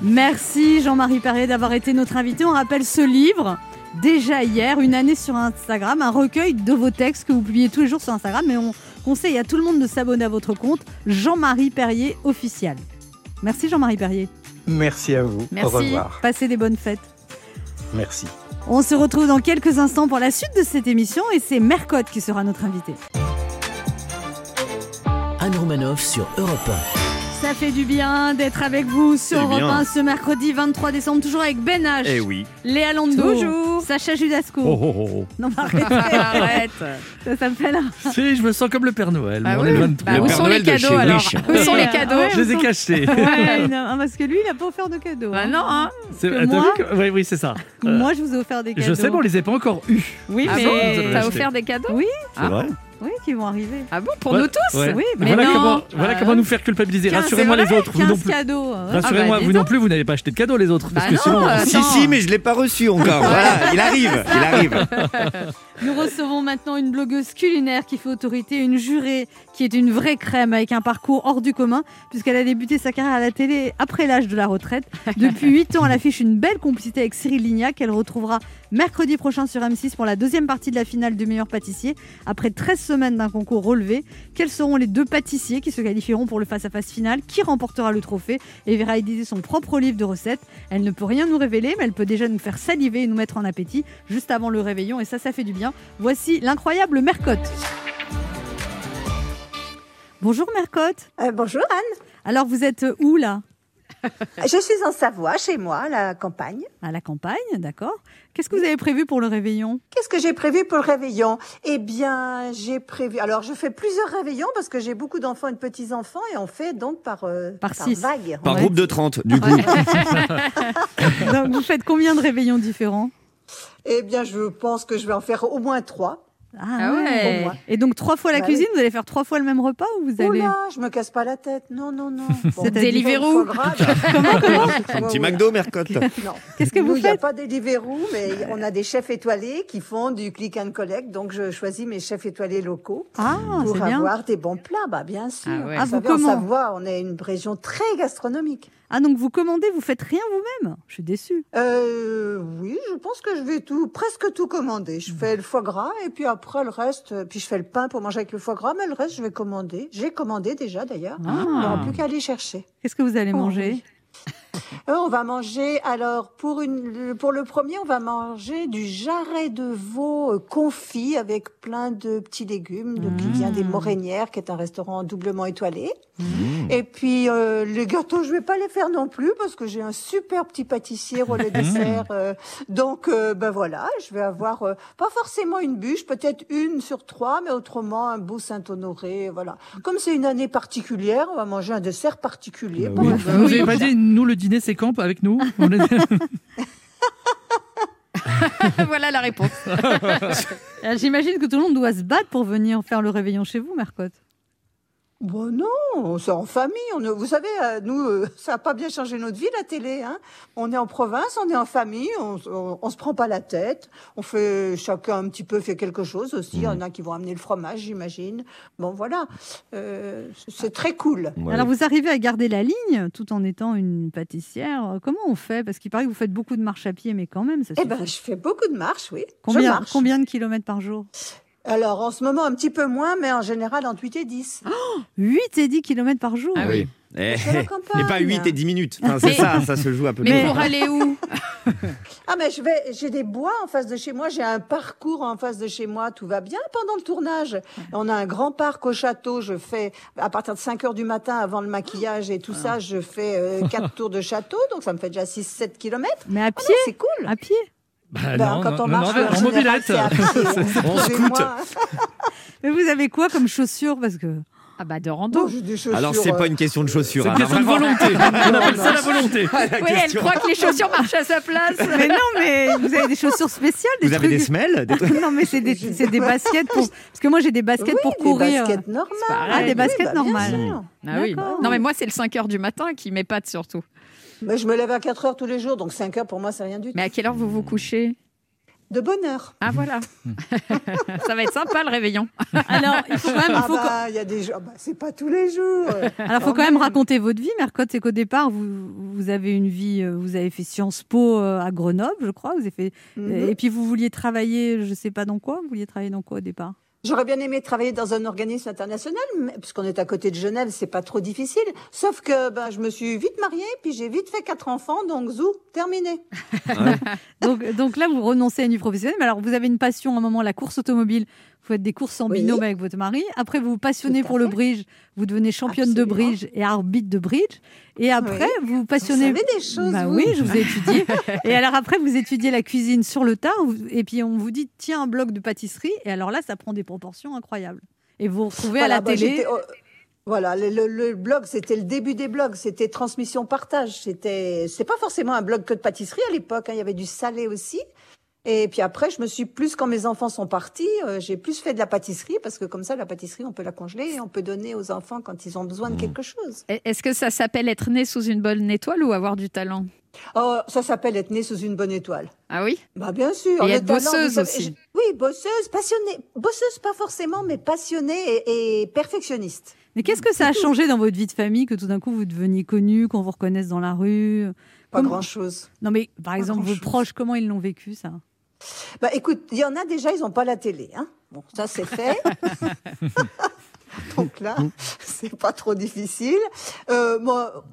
Merci Jean-Marie Perrier d'avoir été notre invité. On rappelle ce livre, déjà hier, une année sur Instagram, un recueil de vos textes que vous publiez tous les jours sur Instagram. Mais on conseille à tout le monde de s'abonner à votre compte, Jean-Marie Perrier officiel. Merci Jean-Marie Perrier. Merci à vous. Merci. Au revoir. Passez des bonnes fêtes. Merci. On se retrouve dans quelques instants pour la suite de cette émission et c'est Mercotte qui sera notre invité. Anne Romanoff sur Europe Ça fait du bien d'être avec vous sur Eh Europe bien. 1 ce mercredi 23 décembre, toujours avec Ben H, Eh oui. Léa Lando, Toujours. Sacha Judasco. Oh, oh, oh, Non, mais arrêtez, Arrête. ça s'appelle un- oh. Si, je me sens comme le Père Noël. Ah mais on oui. est le 23. Bah, Le où Père sont Noël les de chez cadeaux alors Riche. Où Oui, sont les euh, cadeaux ouais. je les ai cachés. Ouais, non, ah, parce que lui, il n'a pas offert de cadeaux. Bah hein. non, hein. C'est- que ah, t'as moi- vu que- Oui, oui, c'est ça. Euh, Moi, je vous ai offert des cadeaux. Je sais, mais on les a pas encore eus. Oui, Ah mais- bon vous avez T'as acheté. offert des cadeaux Oui. Ah. C'est vrai Oui, qui vont arriver. Ah bon, pour Ouais, nous tous ouais. Oui, bah, Mais voilà non. comment, voilà Ah, comment nous faire culpabiliser. Quinze, Rassurez-moi c'est les autres, vous non 15 plus. cadeaux. hein. Rassurez-moi, Ah bah, vous dis non plus, vous n'avez pas acheté de cadeau les autres. Bah parce que non, sinon, euh, Si, Attends. si, mais je l'ai pas reçu encore. voilà, il arrive, il arrive. Nous recevons maintenant une blogueuse culinaire qui fait autorité, une jurée qui est une vraie crème avec un parcours hors du commun, puisqu'elle a débuté sa carrière à la télé après l'âge de la retraite. Depuis 8 ans, elle affiche une belle complicité avec Cyril Lignac, qu'elle retrouvera mercredi prochain sur M6 pour la deuxième partie de la finale du meilleur pâtissier. Après 13 semaines d'un concours relevé, quels seront les deux pâtissiers qui se qualifieront pour le face-à-face final Qui remportera le trophée et verra réaliser son propre livre de recettes Elle ne peut rien nous révéler, mais elle peut déjà nous faire saliver et nous mettre en appétit juste avant le réveillon, et ça, ça fait du bien. Voici l'incroyable Mercotte. Bonjour Mercotte. Euh, bonjour Anne, Alors vous êtes où là je suis en Savoie, chez moi, à la campagne. À la campagne, d'accord. Qu'est-ce que vous avez prévu pour le réveillon Qu'est-ce que j'ai prévu pour le réveillon Eh bien, j'ai prévu. Alors, je fais plusieurs réveillons parce que j'ai beaucoup d'enfants et de petits-enfants et on fait donc par, euh, Par six. vague. Par Ouais. groupe de 30, du coup. Donc, Vous faites combien de réveillons différents Eh bien, je pense que je vais en faire au moins trois. Ah ouais. Au moins. Et donc trois fois la Bah cuisine, vous allez faire trois fois le même repas ou vous Oh allez là, je me casse pas la tête. Non, non, non. Bon, C'est Deliveroo. foie gras, bah, Ah Un ouais, petit ouais. McDo, Mercotte. Non. Qu'est-ce que Nous, vous Il n'y a faites pas des Deliveroo, mais on a des chefs étoilés qui font du click and collect. Donc, je choisis mes chefs étoilés locaux. Ah, pour c'est bien. avoir des bons plats, bah bien sûr. Ah ouais. Ah, vous vous savez, comment en Savoie, on est une région très gastronomique. Ah donc vous commandez, vous faites rien vous-même Je suis déçue. Euh, oui, je pense que je vais tout, presque tout commander. Je fais le foie gras et puis après le reste, euh, puis je fais le pain pour manger avec le foie gras, mais le reste je vais commander. J'ai commandé déjà d'ailleurs. Il n'y aura Ah. plus qu'à aller chercher. Qu'est-ce que vous allez Oh, manger Euh, on va manger, alors pour, une, pour le premier, on va manger du jarret de veau euh, confit avec plein de petits légumes, donc Mmh. il vient des Morénières, qui est un restaurant doublement étoilé. Et puis euh, les gâteaux, je vais pas les faire non plus parce que j'ai un super petit pâtissier au le dessert. euh, donc euh, ben voilà, je vais avoir euh, pas forcément une bûche, peut-être une sur trois, mais autrement un beau Saint-Honoré. Voilà. Comme c'est une année particulière, on va manger un dessert particulier. Bah oui. Pas- Vous nous avez pas dit, nous, le dîner, c'est quand avec nous On est- Bah, voilà la réponse. Euh, J'imagine que tout le monde doit se battre pour venir faire le réveillon chez vous, Mercotte. Bon non, c'est en famille. On, est- vous savez, euh, nous, euh, ça n'a pas bien changé notre vie, la télé. Hein on est en province, on est en famille, on, s- on, on se prend pas la tête. On fait, chacun un petit peu fait quelque chose aussi. Il Mm. y en a qui vont amener le fromage, j'imagine. Bon, voilà. Euh, c'est très cool. Ouais. Alors vous arrivez à garder la ligne tout en étant une pâtissière. Euh, Comment on fait Parce qu'il paraît que vous faites beaucoup de marche à pied, mais quand même, ça Eh suffit. ben, je fais beaucoup de marches, oui. je combien, marche. combien de kilomètres par jour Alors, en ce moment, un petit peu moins, mais en général, entre 8 et 10. 8 Oh, et 10 kilomètres par jour. Ah oui. Eh, Sur la eh, campagne. Et pas 8 et 10 minutes. Enfin, Mais- c'est ça, ça se joue à peu Mais près. pour aller où Ah mais je vais, j'ai des bois en face de chez moi, j'ai un parcours en face de chez moi, tout va bien pendant le tournage. On a un grand parc au château, je fais à partir de 5 heures du matin avant le maquillage et tout Ah. ça, je fais euh, quatre tours de château, donc ça me fait déjà 6 7 kilomètres. Mais à Ah non, pied c'est cool. À pied Bah, Ben, quand on marche, en en général, mobilette. c'est à pied, hein. On se Excusez-moi, coûte. hein. Mais vous avez quoi comme chaussures Parce que. Ah bah de Non, rando. j'ai des chaussures, Alors, c'est euh, pas une question de chaussures. C'est une hein, question de vraiment. volonté. On appelle ça la volonté. La Oui, elle question- croit que les chaussures marchent à sa place. Mais non, mais vous avez des chaussures spéciales, des Vous avez des trucs. semelles des trucs- non, mais c'est des, c'est des baskets pour. Parce que moi, j'ai des baskets oui, pour des courir. baskets normales. pareil. Ah, des Oui, baskets bah, bien normales. sûr. Ah oui. D'accord. Non mais moi c'est le 5 heures du matin qui m'épate surtout. Mais je me lève à 4 heures tous les jours, donc 5 heures pour moi, c'est rien du tout. Mais à quelle heure vous vous couchez De bonheur. Ah voilà. Ça va être sympa le réveillon. Alors, il faut quand même, il Ah faut bah, il y a des jours, ah bah, c'est pas tous les jours. quand- alors, faut quand même raconter votre vie, Mercotte. C'est qu'au départ, vous, vous avez une vie, euh, vous avez fait Sciences Po euh, à Grenoble, je crois. Vous avez fait, Mhm. Et puis, vous vouliez travailler, je sais pas dans quoi. Vous vouliez travailler dans quoi au départ J'aurais bien aimé travailler dans un organisme international, mais- puisqu'on est à côté de Genève, c'est pas trop difficile. Sauf que ben, je me suis vite mariée, puis j'ai vite fait quatre enfants, donc zou, terminé. donc, donc là, vous renoncez à une vie professionnelle. Mais alors, vous avez une passion à un moment, la course automobile. Vous faites des courses en Oui. binôme avec votre mari. Après, vous vous passionnez Tout à pour le fait. bridge. Vous devenez championne de Absolument. bridge et arbitre de bridge. Et après, vous vous Vous passionnez. savez des choses, Bah vous oui, je vous ai étudié. et alors après, vous étudiez la cuisine sur le tard, vous- et puis on vous dit tiens un bloc de pâtisserie, et alors là, ça prend des proportions incroyables. Et vous vous retrouvez Voilà, à la bah, télé. j'étais au- Voilà, le, le- le blog, c'était le début des blogs, c'était transmission partage, c'était c'est pas forcément un blog que de pâtisserie à l'époque, hein, il y avait du salé aussi. Et puis après, je me suis plus quand mes enfants sont partis, euh, j'ai plus fait de la pâtisserie parce que comme ça, la pâtisserie, on peut la congeler et on peut donner aux enfants quand ils ont besoin de Mmh. quelque chose. Est-ce que ça s'appelle être né sous une bonne étoile ou avoir du talent Oh, ça s'appelle être né sous une bonne étoile. Ah oui Bah bien sûr. Et le être talent, bosseuse vous savez, aussi. je- oui, bosseuse, passionnée, bosseuse pas forcément, mais passionnée et- et perfectionniste. Mais qu'est-ce que ça a changé dans votre vie de famille que tout d'un coup vous deveniez connu, qu'on vous reconnaisse dans la rue Pas Comment- grand chose. Non mais par exemple vos grand-chose. proches, comment ils l'ont vécu ça Bah écoute, il y en a déjà, ils n'ont pas la télé. Hein bon, ça c'est fait. Donc là, c'est pas trop difficile. Euh, moi,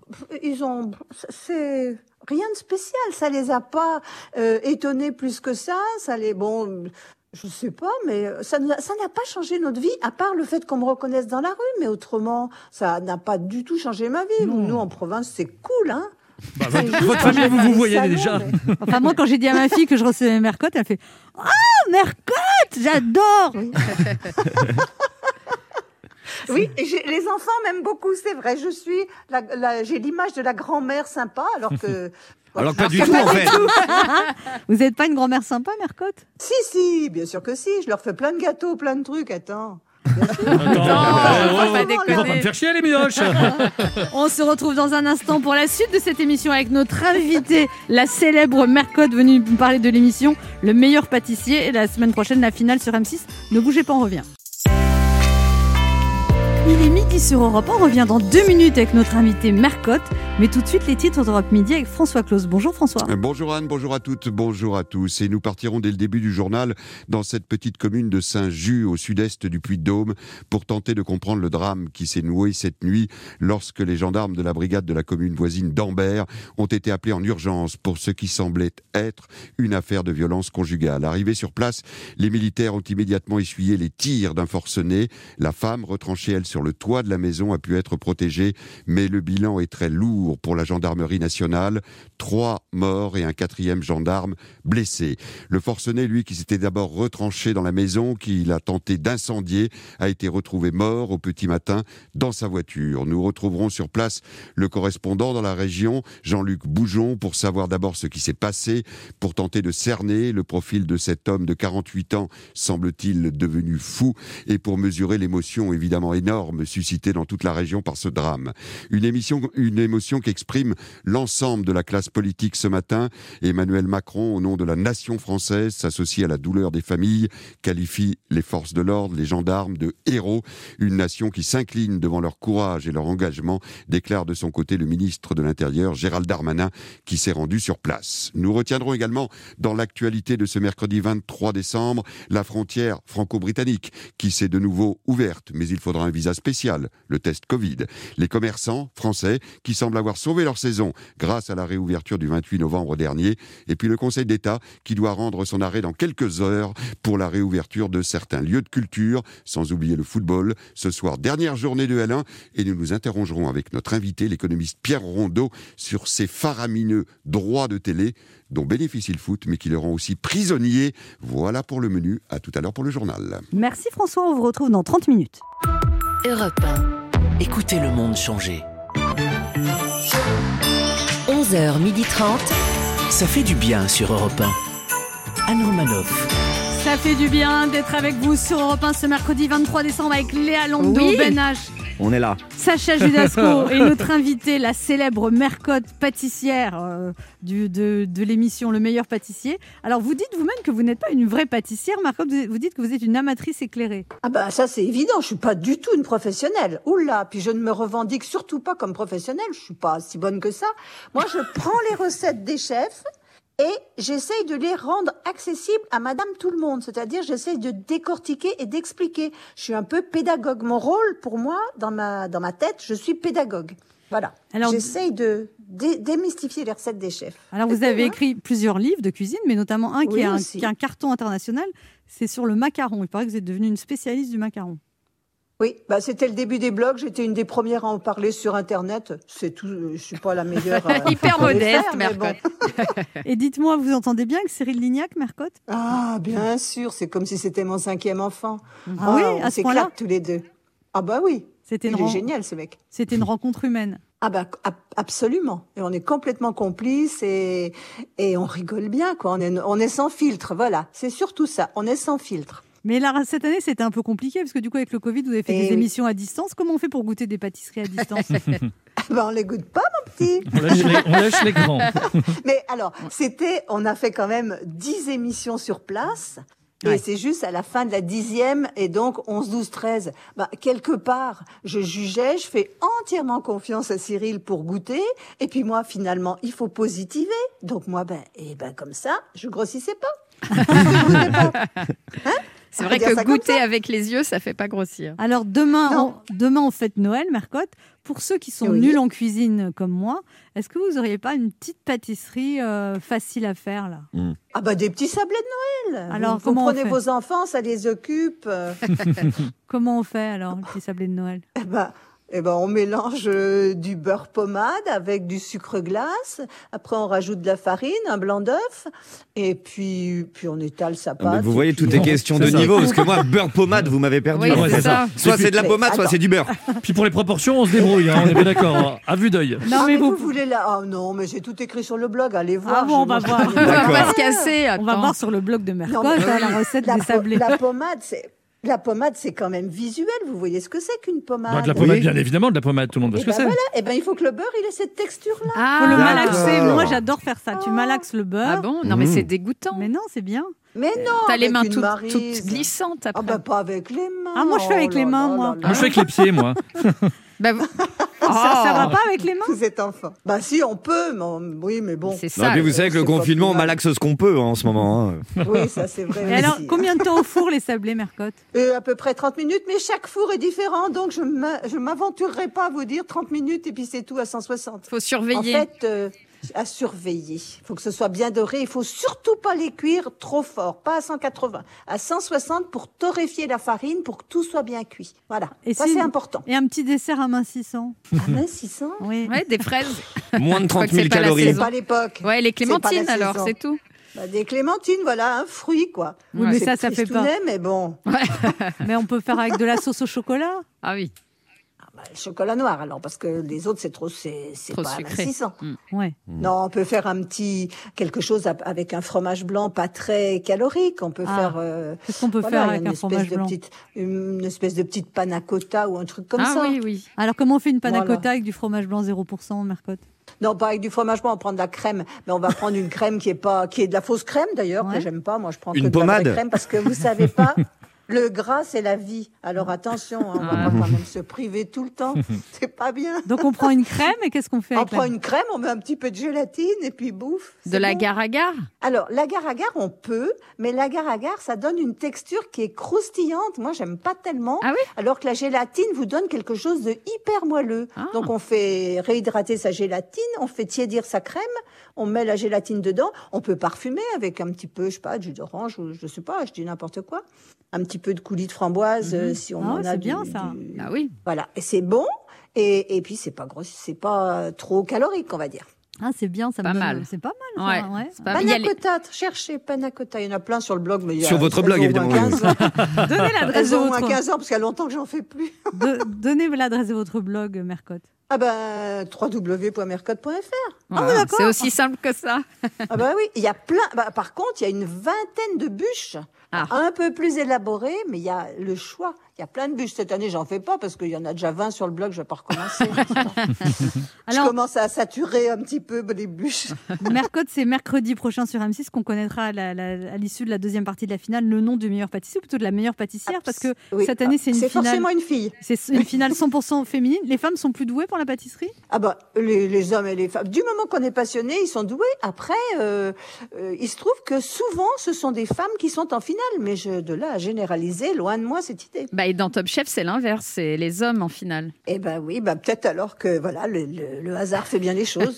ils ont, c'est rien de spécial. Ça les a pas euh, étonnés plus que ça. Ça les, bon, je sais pas, mais ça n'a ça n'a pas changé notre vie à part le fait qu'on me reconnaisse dans la rue. Mais autrement, ça n'a pas du tout changé ma vie. Nous en province, c'est cool, hein. Bah, C'est votre juste votre quand famille, je vais vous vous dans les voyez salons, déjà. mais- Enfin moi, quand j'ai dit à ma fille que je recevais Mercotte, elle fait ah Mercotte, j'adore. Oui, et j'ai- les enfants m'aiment beaucoup, c'est vrai. Je suis, la, la- j'ai l'image de la grand-mère sympa, alors que. Alors que pas du tout, en fait. Vous n'êtes pas une grand-mère sympa, Mercotte Si, si, bien sûr que si. Je leur fais plein de gâteaux, plein de trucs. Attends. Non, Attends, oh, on va pas oh, déconner. ils vont pas me faire chier, les mioches. On se retrouve dans un instant pour la suite de cette émission avec notre invitée, la célèbre Mercotte venue nous parler de l'émission Le meilleur pâtissier. Et la semaine prochaine, la finale sur M6. Ne bougez pas, on revient. Il est midi sur Europe 1. On revient dans deux minutes avec notre invitée Mercotte. Mais tout de suite, les titres d'Europe Midi avec François Claus. Bonjour François. Euh, Bonjour Anne, bonjour à toutes, bonjour à tous. Et nous partirons dès le début du journal dans cette petite commune de Saint-Just, au sud-est du Puy-de-Dôme, pour tenter de comprendre le drame qui s'est noué cette nuit lorsque les gendarmes de la brigade de la commune voisine d'Ambert ont été appelés en urgence pour ce qui semblait être une affaire de violence conjugale. Arrivés sur place, les militaires ont immédiatement essuyé les tirs d'un forcené. La femme, retranchée elle sur le toit de la maison, a pu être protégée, mais le bilan est très lourd pour la gendarmerie nationale trois morts et un quatrième gendarme blessé. Le forcené, lui, qui s'était d'abord retranché dans la maison, qu'il a tenté d'incendier, a été retrouvé mort au petit matin dans sa voiture. Nous retrouverons sur place le correspondant dans la région, Jean-Luc Boujon, pour savoir d'abord ce qui s'est passé, pour tenter de cerner le profil de cet homme de 48 ans, semble-t-il devenu fou, et pour mesurer l'émotion évidemment énorme suscitée dans toute la région par ce drame. Une, émission, une émotion qu'exprime l'ensemble de la classe politique ce matin. Emmanuel Macron, au nom de la nation française, s'associe à la douleur des familles, qualifie les forces de l'ordre, les gendarmes de héros. Une nation qui s'incline devant leur courage et leur engagement, déclare de son côté le ministre de l'Intérieur, Gérald Darmanin, qui s'est rendu sur place. Nous retiendrons également dans l'actualité de ce mercredi 23 décembre la frontière franco-britannique qui s'est de nouveau ouverte, mais il faudra un visa spécial, le test Covid. Les commerçants français qui semblent avoir avoir sauvé leur saison grâce à la réouverture du 28 novembre dernier, et puis le Conseil d'État qui doit rendre son arrêt dans quelques heures pour la réouverture de certains lieux de culture, sans oublier le football. Ce soir, dernière journée de L1, et nous nous interrogerons avec notre invité, l'économiste Pierre Rondeau, sur ces faramineux droits de télé dont bénéficie le foot, mais qui le rend aussi prisonnier. Voilà pour le menu. À tout à l'heure pour le journal. Merci François, on vous retrouve dans 30 minutes. Europe 1. Écoutez le monde changer. 11h30. Ça fait du bien sur Europe 1. Anne Romanoff. Ça fait du bien d'être avec vous sur Europe 1 ce mercredi 23 décembre avec Léa Landau, Oui. Ben H, On est là. Sacha Judasco et notre invitée, la célèbre mercotte pâtissière euh, du, de, de l'émission Le meilleur pâtissier. Alors vous dites vous-même que vous n'êtes pas une vraie pâtissière, Marcotte, vous vous dites que vous êtes une amatrice éclairée. Ah bah ça c'est évident, je suis pas du tout une professionnelle. Oula, puis je ne me revendique surtout pas comme professionnelle, je suis pas si bonne que ça. Moi je prends les recettes des chefs et j'essaye de les rendre accessibles à madame tout le monde, c'est-à-dire j'essaye de décortiquer et d'expliquer. Je suis un peu pédagogue. Mon rôle pour moi dans ma dans ma tête, je suis pédagogue. Voilà. Alors- j'essaye de dé- démystifier les recettes des chefs. Alors vous Et avez moi, écrit plusieurs livres de cuisine, mais notamment un qui, Oui, est un, aussi. qui est un carton international, c'est sur le macaron. Il paraît que vous êtes devenue une spécialiste du macaron. Oui, bah c'était le début des blogs. J'étais une des premières à en parler sur Internet. C'est tout. euh, Je suis pas la meilleure. euh, Hyper pour les faire, modeste, mais bon. Mercotte. Et dites-moi, vous entendez bien que Cyril Lignac, Mercotte Ah, bien sûr. C'est comme si c'était mon cinquième enfant. Ah oui, on à ce s'éclate point-là tous les deux. Ah bah oui. C'était une, Il est ren- génial ce mec. c'était une rencontre humaine. Ah bah ab- absolument. Et on est complètement complices et et on rigole bien quoi. On est on est sans filtre. Voilà. C'est surtout ça. On est sans filtre. Mais là, cette année, c'était un peu compliqué parce que du coup, avec le Covid, vous avez fait Eh des oui. émissions à distance. Comment on fait pour goûter des pâtisseries à distance Ah bah on les goûte pas mon petit. On lâche les, on lâche les grands. Mais alors, c'était, on a fait quand même 10 émissions sur place. Et Ouais. c'est juste à la fin de la dixième, et donc 11, 12, 13. Bah, quelque part, je jugeais, je fais entièrement confiance à Cyril pour goûter, et puis moi, finalement, il faut positiver. Donc moi, ben, et ben, comme ça, je grossissais pas. C'est On vrai peut dire que ça comme goûter avec les yeux, ça fait pas grossir. Alors demain, Non. on, demain, on fête Noël, Mercotte. Pour ceux qui sont Oui. nuls en cuisine comme moi, est-ce que vous auriez pas une petite pâtisserie euh, facile à faire là Ah bah, des petits sablés de Noël. Alors, Ah, vous, comment on vous prenez fait vos enfants, ça les occupe. euh, Comment on fait alors, le petit sablé de Noël Eh ben, eh ben, on mélange euh, du beurre pommade avec du sucre glace. Après, on rajoute de la farine, un blanc d'œuf, et puis, puis on étale sa Ah, mais pâte. vous voyez, et puis tout est on- question de C'est ça. niveau, parce que moi, beurre pommade, vous m'avez perdu. Oui, Ah ouais, c'est ça. Soit c'est de la Mais pommade, soit attends. c'est du beurre. Puis pour les proportions, on se débrouille, hein, on est bien d'accord, hein, à vue d'œil. Ah, mais vous, voulez là Ah non, mais j'ai tout écrit sur le blog. Allez voir. Ah bon, je on va mange voir. pas On va les- D'accord. pas se casser. On va attends. voir sur le blog de Mercotte Non, mais hein, oui, la recette la, des po- sablés. la pommade, c'est la pommade, c'est quand même visuel. Vous voyez ce que c'est qu'une pommade Bah, de la pommade, Oui. bien évidemment, de la pommade, tout le monde voit Eh ce que ben c'est. voilà. Eh ben, il faut que le beurre, il ait cette texture-là. Ah, Faut le D'accord. malaxer. Moi, j'adore faire ça. Tu malaxes le Ah beurre. bon Non, mais c'est Mmh. dégoûtant. Mais non, c'est bien. Mais non. T'as les avec mains une toutes, marise. toutes glissantes après. Ah bah pas avec les mains. Ah, moi, je fais avec Oh les là mains, là moi. là Moi, je fais avec les pieds, moi. Bah, vous- Ça, ça Ah. va Oh, pas avec les mains Vous êtes enfant. Bah si, on peut, mais on- oui, mais bon. C'est Non, et ça. puis vous savez que le c'est pas confinement, on plus mal. malaxe ce qu'on peut hein, en ce moment. hein. Oui, ça c'est vrai. Et alors, aussi. combien de temps au four les sablés, Mercotte Euh, À peu près 30 minutes, mais chaque four est différent, donc je m'a- je m'aventurerai pas à vous dire 30 minutes et puis c'est tout à 160. Faut En surveiller. fait, euh, à surveiller. Il faut que ce soit bien doré. Il faut surtout pas les cuire trop fort, pas à 180, à 160 pour torréfier la farine pour que tout soit bien cuit. Voilà. Et ça si- c'est important. Et un petit dessert à mincissant. Ah mince, 600. Oui. Ouais, des fraises. Moins de crois 30 que c'est 000 pas la calories. C'est saison. pas l'époque. Ouais, les C'est pas la clémentines alors, saison. c'est tout. Bah, des clémentines, voilà, un fruit quoi. Oui, mais C'est ça, ça fait pas. tristounet, Mais bon. Mais on peut faire avec de la sauce au chocolat. Ah oui. Bah, le chocolat noir, alors, parce que les autres, c'est trop, c'est, c'est Trop pas sucré. Mm. amincissant. Ouais. Non, on peut faire un petit, quelque chose ap- avec un fromage blanc pas très calorique. On peut Ah, faire, euh, Qu'est-ce qu'on peut faire voilà, il y a avec une un espèce fromage de blanc petite, une espèce de petite panna cotta ou un truc comme ah ça. oui, oui. Alors, comment on fait une panna Voilà. cotta avec du fromage blanc 0% Mercotte Non, pas avec du fromage blanc, on prend de la crème. Mais on va prendre une crème qui est pas, qui est de la fausse crème d'ailleurs, Ouais. que j'aime pas. Moi, je prends Une que de la vraie pommade. crème parce que vous savez pas. Le gras, c'est la vie. Alors attention, hein, on va Ah. pas quand même se priver tout le temps. C'est pas bien. Donc on prend une crème et qu'est-ce qu'on fait On avec la- prend une crème, on met un petit peu de gélatine et puis bouffe. De c'est la bon. l'agar-agar Alors, l'agar-agar, on peut, mais l'agar-agar, ça donne une texture qui est croustillante. Moi, j'aime pas tellement. Ah oui alors que la gélatine vous donne quelque chose de hyper moelleux. Ah. Donc, on fait réhydrater sa gélatine, on fait tiédir sa crème, on met la gélatine dedans. On peut parfumer avec un petit peu, je sais pas, de jus d'orange ou je sais pas, je dis n'importe quoi. Un petit peu de coulis de framboise euh, si on Ah ouais, en a. c'est du- bien, ça. du- Ah oui. Voilà, et c'est bon. Et, et puis, c'est pas gros, c'est pas trop calorique, on va dire. Ah, c'est bien, ça Pas me donne- mal. C'est pas mal, ça, Ouais, ouais. c'est pas mal. Il y a les- Panacota, cherchez Panacota. Il y en a plein sur le blog. Mais il y a- Sur votre elles blog, ont au évidemment, moins 15 oui. ans. Donnez l'adresse Elles de ont au moins votre... 15 ans, parce qu'il y a longtemps que j'en fais plus. de- Donnez l'adresse de votre blog, Mercotte. Ah, Ah ben, www.mercotte.fr. Voilà. d'accord. C'est aussi simple que ça. Ah ben oui, il y a plein. bah, par contre, il y a une vingtaine de bûches, Ah. un peu plus élaborées, mais il y a le choix. Il y a plein de bûches. Cette année, j'en fais pas, parce qu'il y en a déjà 20 sur le blog, je vais pas recommencer. Alors- Je commence à saturer un petit peu les bûches. Mercotte, c'est mercredi prochain sur M6 qu'on connaîtra à la- la- à l'issue de la deuxième partie de la finale le nom du meilleur pâtissier, ou plutôt de la meilleure pâtissière, parce que Ah, Oui. cette année, c'est une C'est finale. forcément une fille. C'est une finale 100% féminine. Les femmes sont plus douées pour la pâtisserie Ah bah les, les hommes et les femmes. Du moment qu'on est passionné, ils sont doués. Après, euh, euh, il se trouve que souvent, ce sont des femmes qui sont en finale. Mais je, de là à généraliser, loin de moi cette idée. Bah, et dans Top Chef, c'est l'inverse. C'est les hommes en finale. Eh ben oui, bah peut-être alors que voilà, le, le- le hasard fait bien les choses.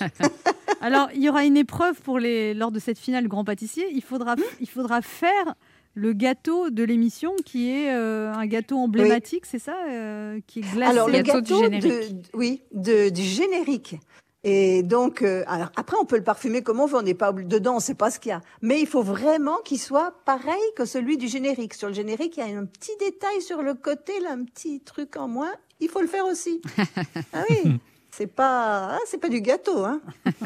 Alors, il y aura une épreuve pour les... lors de cette finale grand pâtissier. Il faudra, il faudra faire le gâteau de l'émission qui est euh, un gâteau emblématique, c'est ça euh, Qui est glacé. alors le gâteau du gâteau, de- générique. de- oui, de, du générique. Et donc, euh, alors après, on peut le parfumer comme on veut. On n'est pas obli- dedans, on ne sait pas ce qu'il y a. Mais il faut vraiment qu'il soit pareil que celui du générique. Sur le générique, il y a un petit détail sur le côté, là, un petit truc en moins. Il faut le faire aussi. ah oui. C'est pas, ah, c'est pas du gâteau, hein.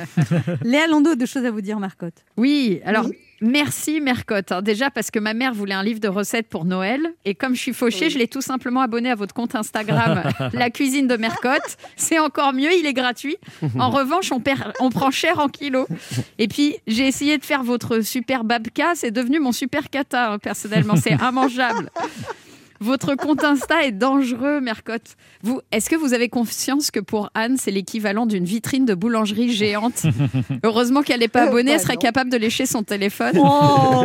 Léa Landau, deux choses à vous dire, Marcotte. Oui, alors merci Mercotte. hein. Déjà parce que ma mère voulait un livre de recettes pour Noël et comme je suis fauchée, je l'ai tout simplement abonné à votre compte Instagram La cuisine de Mercotte. C'est encore mieux, il est gratuit. En revanche, on, perd, on prend cher en kilos. Et puis, j'ai essayé de faire votre super babka, c'est devenu mon super kata hein, personnellement, c'est immangeable. Votre compte Insta est dangereux, Mercotte. Vous, est-ce que vous avez conscience que pour Anne, c'est l'équivalent d'une vitrine de boulangerie géante Heureusement qu'elle n'est pas Euh, abonnée, elle bah serait non. capable de lécher son téléphone. Oh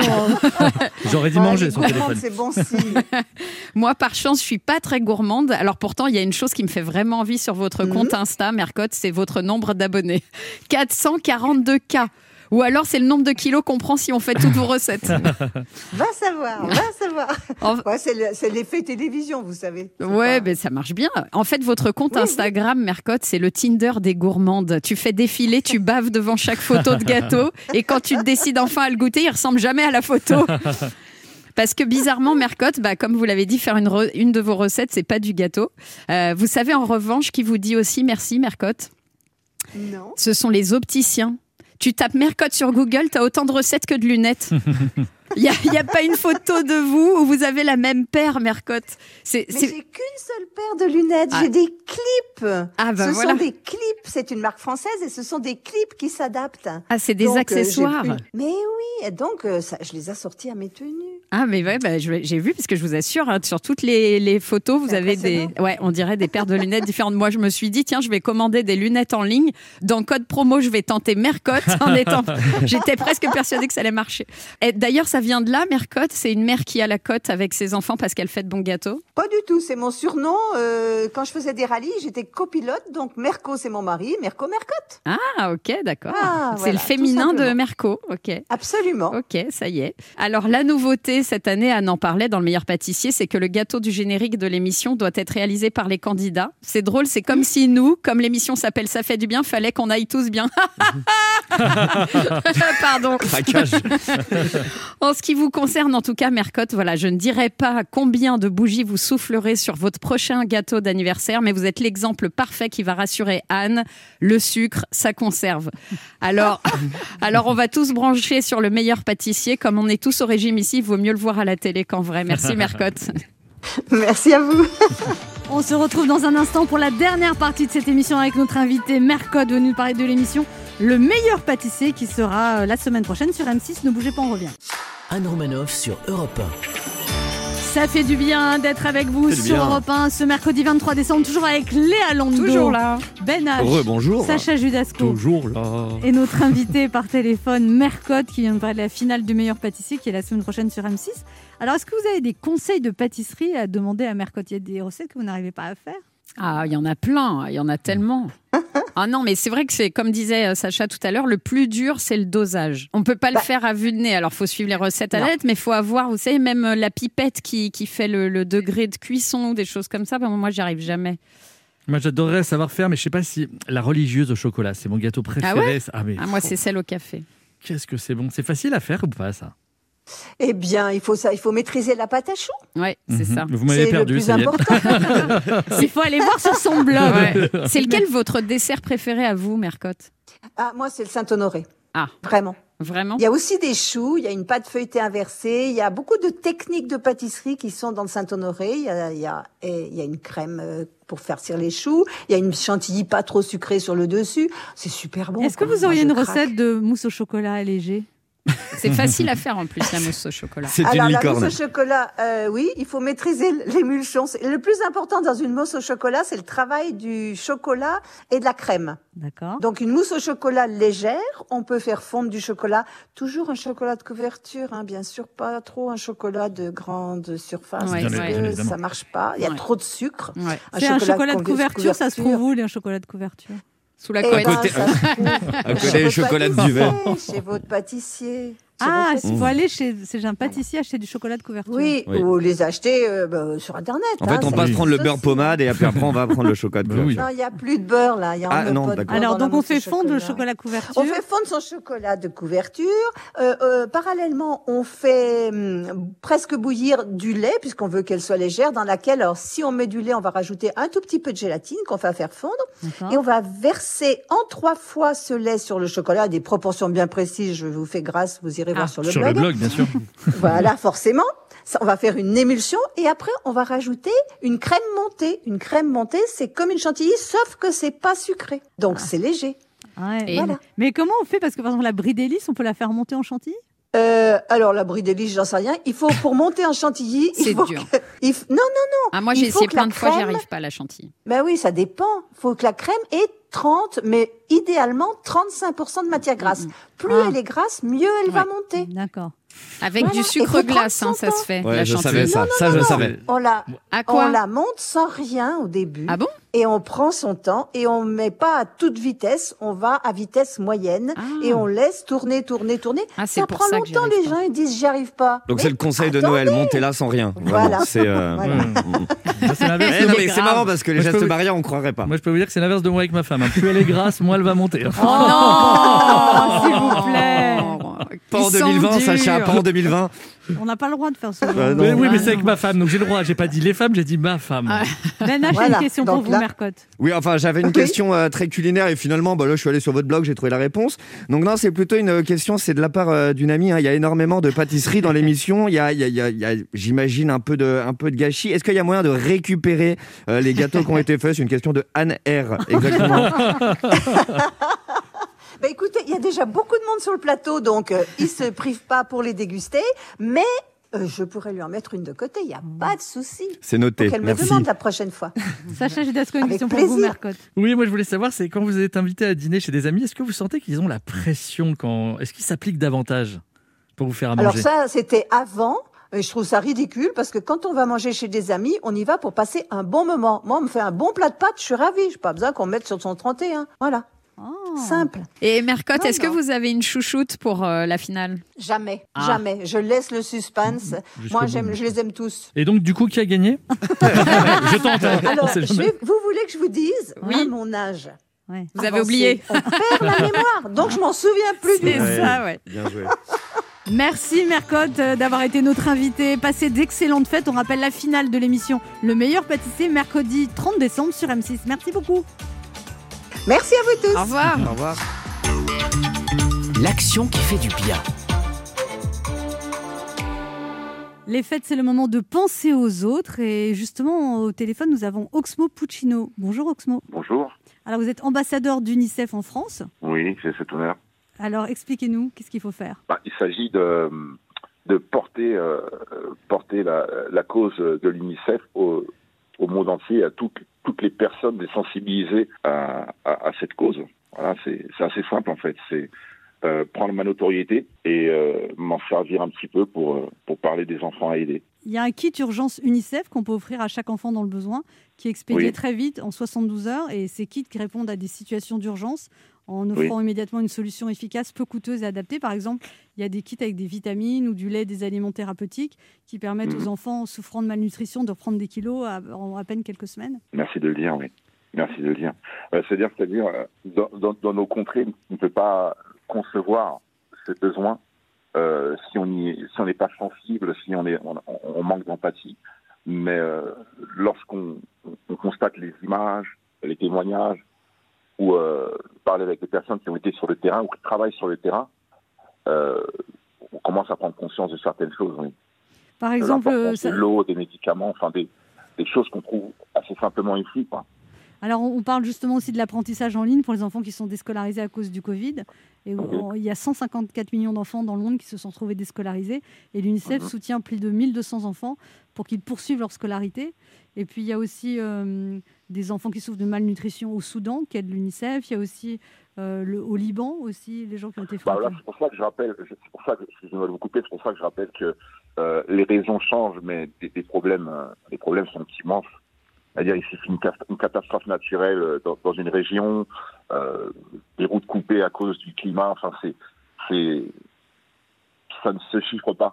J'aurais dû Oh, Ouais, manger les son gourmandes, téléphone. C'est bon signe. Moi, par chance, je suis pas très gourmande. Alors pourtant, il y a une chose qui me fait vraiment envie sur votre Mhm. compte Insta, Mercotte, c'est votre nombre d'abonnés. 442K. Ou alors, c'est le nombre de kilos qu'on prend si on fait toutes vos recettes. Va savoir, va savoir. En- Ouais, c'est le- c'est l'effet télévision, vous savez. C'est Ouais, pas- mais ça marche bien. En fait, votre compte Oui, oui. Instagram, Mercotte, c'est le Tinder des gourmandes. Tu fais défiler, tu baves devant chaque photo de gâteau. Et quand tu décides enfin à le goûter, il ressemble jamais à la photo. Parce que bizarrement, Mercotte, bah, comme vous l'avez dit, faire une, re- une de vos recettes, c'est pas du gâteau. Euh, vous savez en revanche qui vous dit aussi merci, Mercotte Non. Ce sont les opticiens. Tu tapes Mercotte sur Google, t'as autant de recettes que de lunettes. Il n'y a, il y a pas une photo de vous où vous avez la même paire, Mercotte. C'est, Mais c'est- j'ai qu'une seule paire de lunettes. Ah. J'ai des clips. Ah bah ce voilà. sont des clips. C'est une marque française et ce sont des clips qui s'adaptent. Ah, c'est des Donc, euh, accessoires. j'ai plus- Mais oui. Et donc, euh, ça, je les assortis à mes tenues. Ah, mais ouais, bah, je- j'ai vu, parce que je vous assure, hein, sur toutes les, les photos, vous C'est avez des. Ouais, on dirait des paires de lunettes différentes. Moi, je me suis dit, tiens, je vais commander des lunettes en ligne. Dans Code Promo, je vais tenter Mercotte en étant. J'étais presque persuadée que ça allait marcher. Et D'ailleurs, ça vient de là, Mercotte. C'est une mère qui a la cote avec ses enfants parce qu'elle fait de bons gâteaux. Pas du tout. C'est mon surnom. Euh, quand je faisais des rallyes, j'étais copilote. Donc, Merco, c'est mon mari. Merco, Mercotte. Ah, ok, d'accord. Ah, c'est voilà, le tout féminin de simplement. Merco. Ok. Absolument. Ok, ça y est. Alors la nouveauté cette année, Anne en parlait dans le meilleur pâtissier, c'est que le gâteau du générique de l'émission doit être réalisé par les candidats. C'est drôle, c'est Mmh. comme si nous, comme l'émission s'appelle Ça fait du bien, fallait qu'on aille tous bien. Pardon. Craquage. En ce qui vous concerne, en tout cas, Mercotte, voilà, je ne dirai pas combien de bougies vous soufflerez sur votre prochain gâteau d'anniversaire, mais vous êtes l'exemple parfait qui va rassurer Anne. Le sucre, ça conserve. Alors, alors on va tous brancher sur le meilleur pâtissier. Comme on est tous au régime ici, il vaut mieux le voir à la télé qu'en vrai. Merci, Mercotte. Merci à vous. On se retrouve dans un instant pour la dernière partie de cette émission avec notre invité Mercotte, venu nous parler de l'émission Le meilleur pâtissier qui sera euh, la semaine prochaine sur M6. Ne bougez pas, on revient. Anne Romanoff sur Europe 1. Ça fait du bien d'être avec vous Fait du sur bien. Europe 1 ce mercredi 23 décembre, toujours avec Léa Landau. Toujours là. Ben H, Rebonjour. Sacha Judasco. Toujours là. Et notre invité par téléphone, Mercotte, qui vient de parler de la finale du meilleur pâtissier, qui est la semaine prochaine sur M6. Alors, est-ce que vous avez des conseils de pâtisserie à demander à Mercotte Il y a des recettes que vous n'arrivez pas à faire Ah, il y en a plein, il y en a tellement. ah non, mais c'est vrai que c'est, comme disait euh, Sacha tout à l'heure, le plus dur, c'est le dosage. On ne peut pas Bah. le faire à vue de nez. Alors, faut suivre les recettes à la lettre, mais faut avoir, vous savez, même euh, la pipette qui, qui fait le, le degré de cuisson ou des choses comme ça. Ben, moi, j'y arrive jamais. Moi, j'adorerais savoir faire, mais je sais pas si la religieuse au chocolat, c'est mon gâteau préféré. Ah ouais mais oh, Ah, moi, c'est celle au café. qu'est-ce que c'est bon C'est facile à faire ou pas ça Eh bien, il faut ça, il faut maîtriser la pâte à choux. Ouais, c'est Mhm. ça. Vous C'est m'avez le perdu, plus ça y est. important. Il faut aller voir sur son blog. Ouais. C'est lequel votre dessert préféré à vous, Mercotte Ah, moi, c'est le Saint-Honoré. Ah. Vraiment. Vraiment Il y a aussi des choux, il y a une pâte feuilletée inversée, il y a beaucoup de techniques de pâtisserie qui sont dans le Saint-Honoré. Il y a, il y a- et il y a une crème euh, pour farcir les choux, il y a une chantilly pas trop sucrée sur le dessus. C'est super bon. Est-ce que quoi. vous Moi, auriez Oh, je une craque. recette de mousse au chocolat allégée C'est facile à faire en plus, la mousse au chocolat. C'est Alors, une la mousse licorne. au chocolat, euh, oui, il faut maîtriser l'émulsion. C'est- Le plus important dans une mousse au chocolat, c'est le travail du chocolat et de la crème. D'accord. Donc, une mousse au chocolat légère, on peut faire fondre du chocolat. Toujours un chocolat de couverture, hein, bien sûr, pas trop un chocolat de grande surface, Ouais, parce Bien que évidemment. ça marche pas. Il y a Ouais. trop de sucre. Ouais. C'est un chocolat de conve- couverture, ça se trouve couverture. où, les chocolats de couverture Sous la Eh couette. ben, côté- ça se trouve À chez côté des votre chocolats de pâtissier, duvet. Chez votre pâtissier. Chez Ah, votre il faut aller chez, chez un pâtissier acheter du chocolat de couverture. Oui, Oui. ou les acheter euh, bah, sur Internet. En hein, fait, on ça passe existe prendre le beurre aussi. pommade et après, après, on va prendre le chocolat de Bah oui. couverture. Non, il n'y a plus de beurre là. il Y a Ah, un peu non, de d'accord. beurre Alors, dans la donc, on mousse au fait fondre le chocolat couverture. On fait fondre son chocolat de couverture. Euh, euh, parallèlement, on fait hum, presque bouillir du lait, puisqu'on veut qu'elle soit légère, dans laquelle, alors, si on met du lait, on va rajouter un tout petit peu de gélatine qu'on va faire fondre. D'accord. Et on va verser en trois fois ce lait sur le chocolat, à des proportions bien précises. Je vous fais grâce, vous irez Ah, voir sur le Sur blog. hein. le blog, bien sûr. Voilà, forcément. Ça, on va faire une émulsion et après, on va rajouter une crème montée. Une crème montée, c'est comme une chantilly, sauf que c'est pas sucré. Donc, c'est léger. Ah Ouais. Et- Voilà. Ah. Mais comment on fait Parce que par exemple, la brie d'hélice, on peut la faire monter en chantilly Euh, alors, la brie d'hélice, j'en sais rien. Il faut, pour monter en chantilly, C'est il faut dur. que- il f- non, non, Ah, moi, Il j'ai faut essayé que la plein de fois, j'y crème- arrive pas, la chantilly. ben oui, ça dépend. faut que la crème ait 30, mais idéalement 35% de matière grasse. Plus Ah. elle est grasse, mieux elle va Ouais. monter. D'accord. Avec Voilà, du et sucre faut prendre glace, hein, son ça temps. se fait, Ouais, la je chantilly. savais ça. ça, je savais. On la, À quoi on la monte sans rien au début. Ah bon et on prend son temps et on met pas à toute vitesse, on va à vitesse moyenne Ah. et on laisse tourner, tourner, tourner. Ah, c'est ça pour prend ça que j'y longtemps, arrive les pas. gens ils disent j'y arrive pas. Donc, Mais c'est le conseil de attends, Noël, montez là sans rien. Vraiment, Voilà. C'est euh, Voilà. mm, mm. Ça, c'est l'inverse. Eh, non, mais c'est Grave. marrant parce que les Moi, je peux gestes vous- barrières, on croirait pas. Moi, je peux vous dire que c'est l'inverse de moi avec ma femme. hein. Plus elle est grasse, moins elle va monter. Oh Oh, non S'il vous plaît Pas en 2020, Sacha, pas en 2020. On n'a pas le droit de faire ça. Bah, non. Mais oui, mais c'est Ah, avec ma femme, donc j'ai le droit. J'ai pas dit les femmes, j'ai dit ma femme. Ah. Ben H, Voilà. une question pour Donc vous, là- Mercotte. Oui, enfin, j'avais une Oui. question euh, très culinaire et finalement, bah, là, je suis allé sur votre blog, j'ai trouvé la réponse. Donc, non, c'est plutôt une euh, question, c'est de la part euh, d'une amie. hein. Il y a énormément de pâtisseries dans l'émission. Il y a, il y a- il y a- il y a, j'imagine, un peu de, un peu de gâchis. Est-ce qu'il y a moyen de récupérer euh, les gâteaux qui ont été faits C'est une question de Anne R. Exactement. Bah écoutez, il y a déjà beaucoup de monde sur le plateau, donc euh, ils se privent pas pour les déguster, mais euh, je pourrais lui en mettre une de côté, il y a Mm. pas de souci. c'est Faut noté. qu'elle me Merci. demande la prochaine fois. Sacha Judasco, une Avec question pour vous, plaisir. Mercotte. Oui, moi je voulais savoir, c'est quand vous êtes invité à dîner chez des amis, est-ce que vous sentez qu'ils ont la pression quand Est-ce qu'ils s'appliquent davantage pour vous faire à manger Alors ça, c'était avant. Et je trouve ça ridicule parce que quand on va manger chez des amis, on y va pour passer un bon moment. Moi, on me fait un bon plat de pâtes, je suis ravie. J'ai pas besoin qu'on me mette sur son 31. Voilà, Oh. simple. Et Mercotte, Non, est-ce que non. vous avez une chouchoute pour euh, la finale Jamais, Ah. jamais. Je laisse le suspense. Jusqu'au Moi, bout. j'aime, je les aime tous. Et donc, du coup, qui a gagné Je tente. hein. On Alors, sait je jamais. vais- vous voulez que je vous dise Oui. hein, mon âge Ouais. Vous avez oublié On perd la mémoire, donc je m'en souviens plus. du C'est tout. ça, ouais. Bien joué. Merci Mercotte euh, d'avoir été notre invité. Passez d'excellentes fêtes. On rappelle la finale de l'émission Le meilleur pâtissier, mercredi 30 décembre sur M6. Merci beaucoup. Merci à vous tous. Au revoir Au revoir. L'action qui fait du bien. Les fêtes, c'est le moment de penser aux autres. Et justement, au téléphone, nous avons Oxmo Puccino. Bonjour Oxmo. Bonjour. Alors, vous êtes ambassadeur d'UNICEF en France. Oui, j'ai cet honneur. Alors, expliquez-nous, qu'est-ce qu'il faut faire Bah, il s'agit de, de porter, euh, porter la, la, cause de l'UNICEF au, au, monde entier, à toutes, toutes les personnes, les sensibiliser à, à, à cette cause. Voilà, c'est assez simple en fait. C'est euh, prendre ma notoriété et euh, m'en servir un petit peu pour, euh, pour parler des enfants à aider. Il y a un kit urgence UNICEF qu'on peut offrir à chaque enfant dans le besoin, qui est expédié oui. très vite, en 72 heures, et ces kits qui répondent à des situations d'urgence en offrant oui. immédiatement une solution efficace, peu coûteuse et adaptée. Par exemple, il y a des kits avec des vitamines ou du lait, des aliments thérapeutiques qui permettent mmh. aux enfants souffrant de malnutrition de reprendre des kilos à, en à peine quelques semaines. Merci de le dire, oui. Merci de le dire. Euh, C'est-à-dire, c'est-à-dire, dans, dans, dans, nos contrées, on ne peut pas concevoir ces besoins euh, si on n'est si pas sensible, si on, est, on, on manque d'empathie. Mais euh, lorsqu'on constate les images, les témoignages, ou euh, parler avec des personnes qui ont été sur le terrain ou qui travaillent sur le terrain, euh, on commence à prendre conscience de certaines choses. Oui. Par exemple, euh, de ça... l'eau, des médicaments, enfin des, des choses qu'on trouve assez simplement ici. Quoi. Alors, on parle justement aussi de l'apprentissage en ligne pour les enfants qui sont déscolarisés à cause du Covid. Et Mhm. okay. on, il y a 154 millions d'enfants dans le monde qui se sont retrouvés déscolarisés. Et l'UNICEF Mhm. uh -huh. soutient plus de 1200 enfants pour qu'ils poursuivent leur scolarité. Et puis, il y a aussi euh, des enfants qui souffrent de malnutrition au Soudan, qui aide l'UNICEF. Il y a aussi euh, le, au Liban, aussi, les gens qui ont été frappés. Bah c'est pour ça que je rappelle, c'est pour ça que, excusez-moi de vous couper, c'est pour ça que je rappelle que euh, les raisons changent, mais des, des problèmes, les problèmes sont immenses. C'est-à-dire, il suffit une, catastrophe naturelle euh, dans, dans une région, euh, des routes coupées à cause du climat. Enfin, c'est, ça ne se chiffre pas.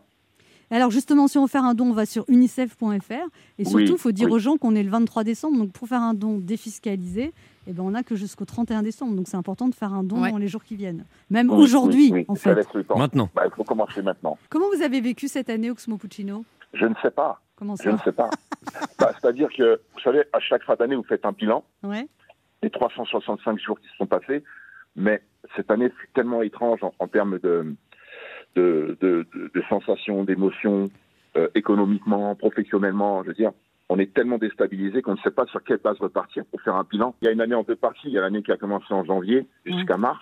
Alors justement, si on veut faire un don, on va sur unicef.fr. Et surtout, il oui, faut dire oui. aux gens qu'on est le 23 décembre. Donc pour faire un don défiscalisé, eh ben, on n'a que jusqu'au 31 décembre. Donc c'est important de faire un don ouais. dans les jours qui viennent. Même oui, aujourd'hui, en fait. Maintenant. Bah, il faut commencer maintenant. Comment vous avez vécu cette année, Oxmo Puccino Je ne sais pas. Comment ça Je ne sais pas. bah, C'est-à-dire que, vous savez, à chaque fin d'année, vous faites un bilan ouais. des 365 jours qui se sont passés. Mais cette année fut tellement étrange en, en termes de, de, de, de, sensations, d'émotions, euh, économiquement, professionnellement. Je veux dire, on est tellement déstabilisé qu'on ne sait pas sur quelle base repartir pour faire un bilan. Il y a une année en deux parties. Il y a l'année qui a commencé en janvier jusqu'à ouais. mars.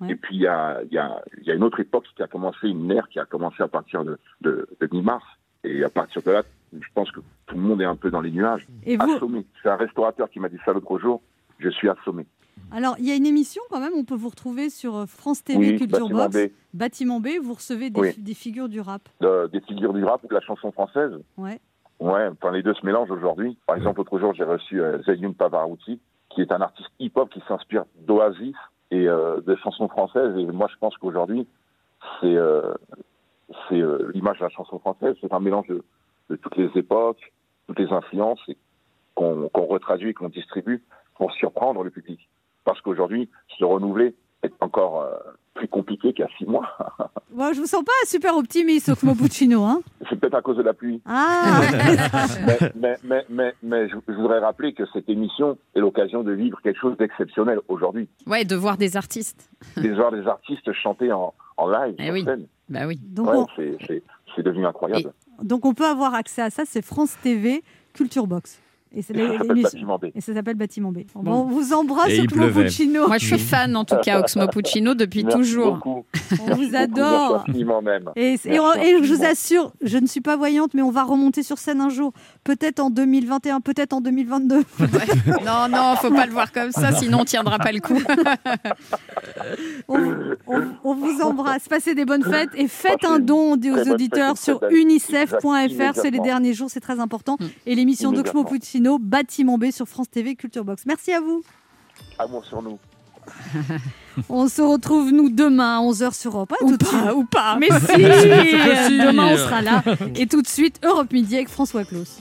Ouais. Et puis il y, a, il, y a, il y, a, une autre époque qui a commencé, une ère qui a commencé à partir de, de, de mi-mars. Et à partir de là, je pense que tout le monde est un peu dans les nuages. Et vous... Assommé. C'est un restaurateur qui m'a dit ça l'autre jour. Je suis assommé. Alors, il y a une émission quand même, on peut vous retrouver sur France TV oui, Culture Bâtiment Box. B. Bâtiment B, vous recevez des, oui. fi des figures du rap. Euh, des figures du rap ou de la chanson française Ouais. Ouais, enfin les deux se mélangent aujourd'hui. Par exemple, l'autre jour, j'ai reçu euh, Zayun Pavarotti, qui est un artiste hip-hop qui s'inspire d'Oasis et euh, de chansons françaises. Et moi, je pense qu'aujourd'hui, c'est euh, l'image de la chanson française. C'est un mélange de, de, toutes les époques, toutes les influences qu'on qu retraduit, qu'on distribue pour surprendre le public parce qu'aujourd'hui, se renouveler est encore euh, plus compliqué qu'il y a six mois. Moi, ouais, je vous sens pas super optimiste, Oxmo Puccino. Hein C'est peut-être à cause de la pluie. Ah mais, mais, mais, mais, je voudrais rappeler que cette émission est l'occasion de vivre quelque chose d'exceptionnel aujourd'hui. Ouais, de voir des artistes. de voir des artistes chanter en, en live, eh en oui. scène. Bah oui. Ouais, on... C'est devenu incroyable. Et... Donc on peut avoir accès à ça, c'est France TV Culture Box. Et ça s'appelle Bâtiment B. Et ça s'appelle Bâtiment B. Bon, bon. On vous embrasse, Oxmo Puccino. Moi, je suis fan, en tout cas, Oxmo Puccino, depuis Merci toujours. Beaucoup. On Merci vous adore. Beaucoup. Même. Et, et, on, et je vous assure, je ne suis pas voyante, mais on va remonter sur scène un jour. Peut-être en 2021, peut-être en 2022. Ouais. non, non, Oh, faut pas le voir comme ça, sinon on tiendra pas le coup. on, on, on, vous embrasse. Passez des bonnes fêtes et faites un don, on dit aux auditeurs, sur unicef.fr. C'est les derniers jours, c'est très important. Mm. Et l'émission d'Oxmo Puccino. Bâtiment B sur France TV Culture Box. Merci à vous. Amour sur nous. On se retrouve nous demain à 11h sur Europe 1 ou, tout pas, de suite. ou pas. Mais si, demain on sera là et tout de suite Europe Midi avec François Claus.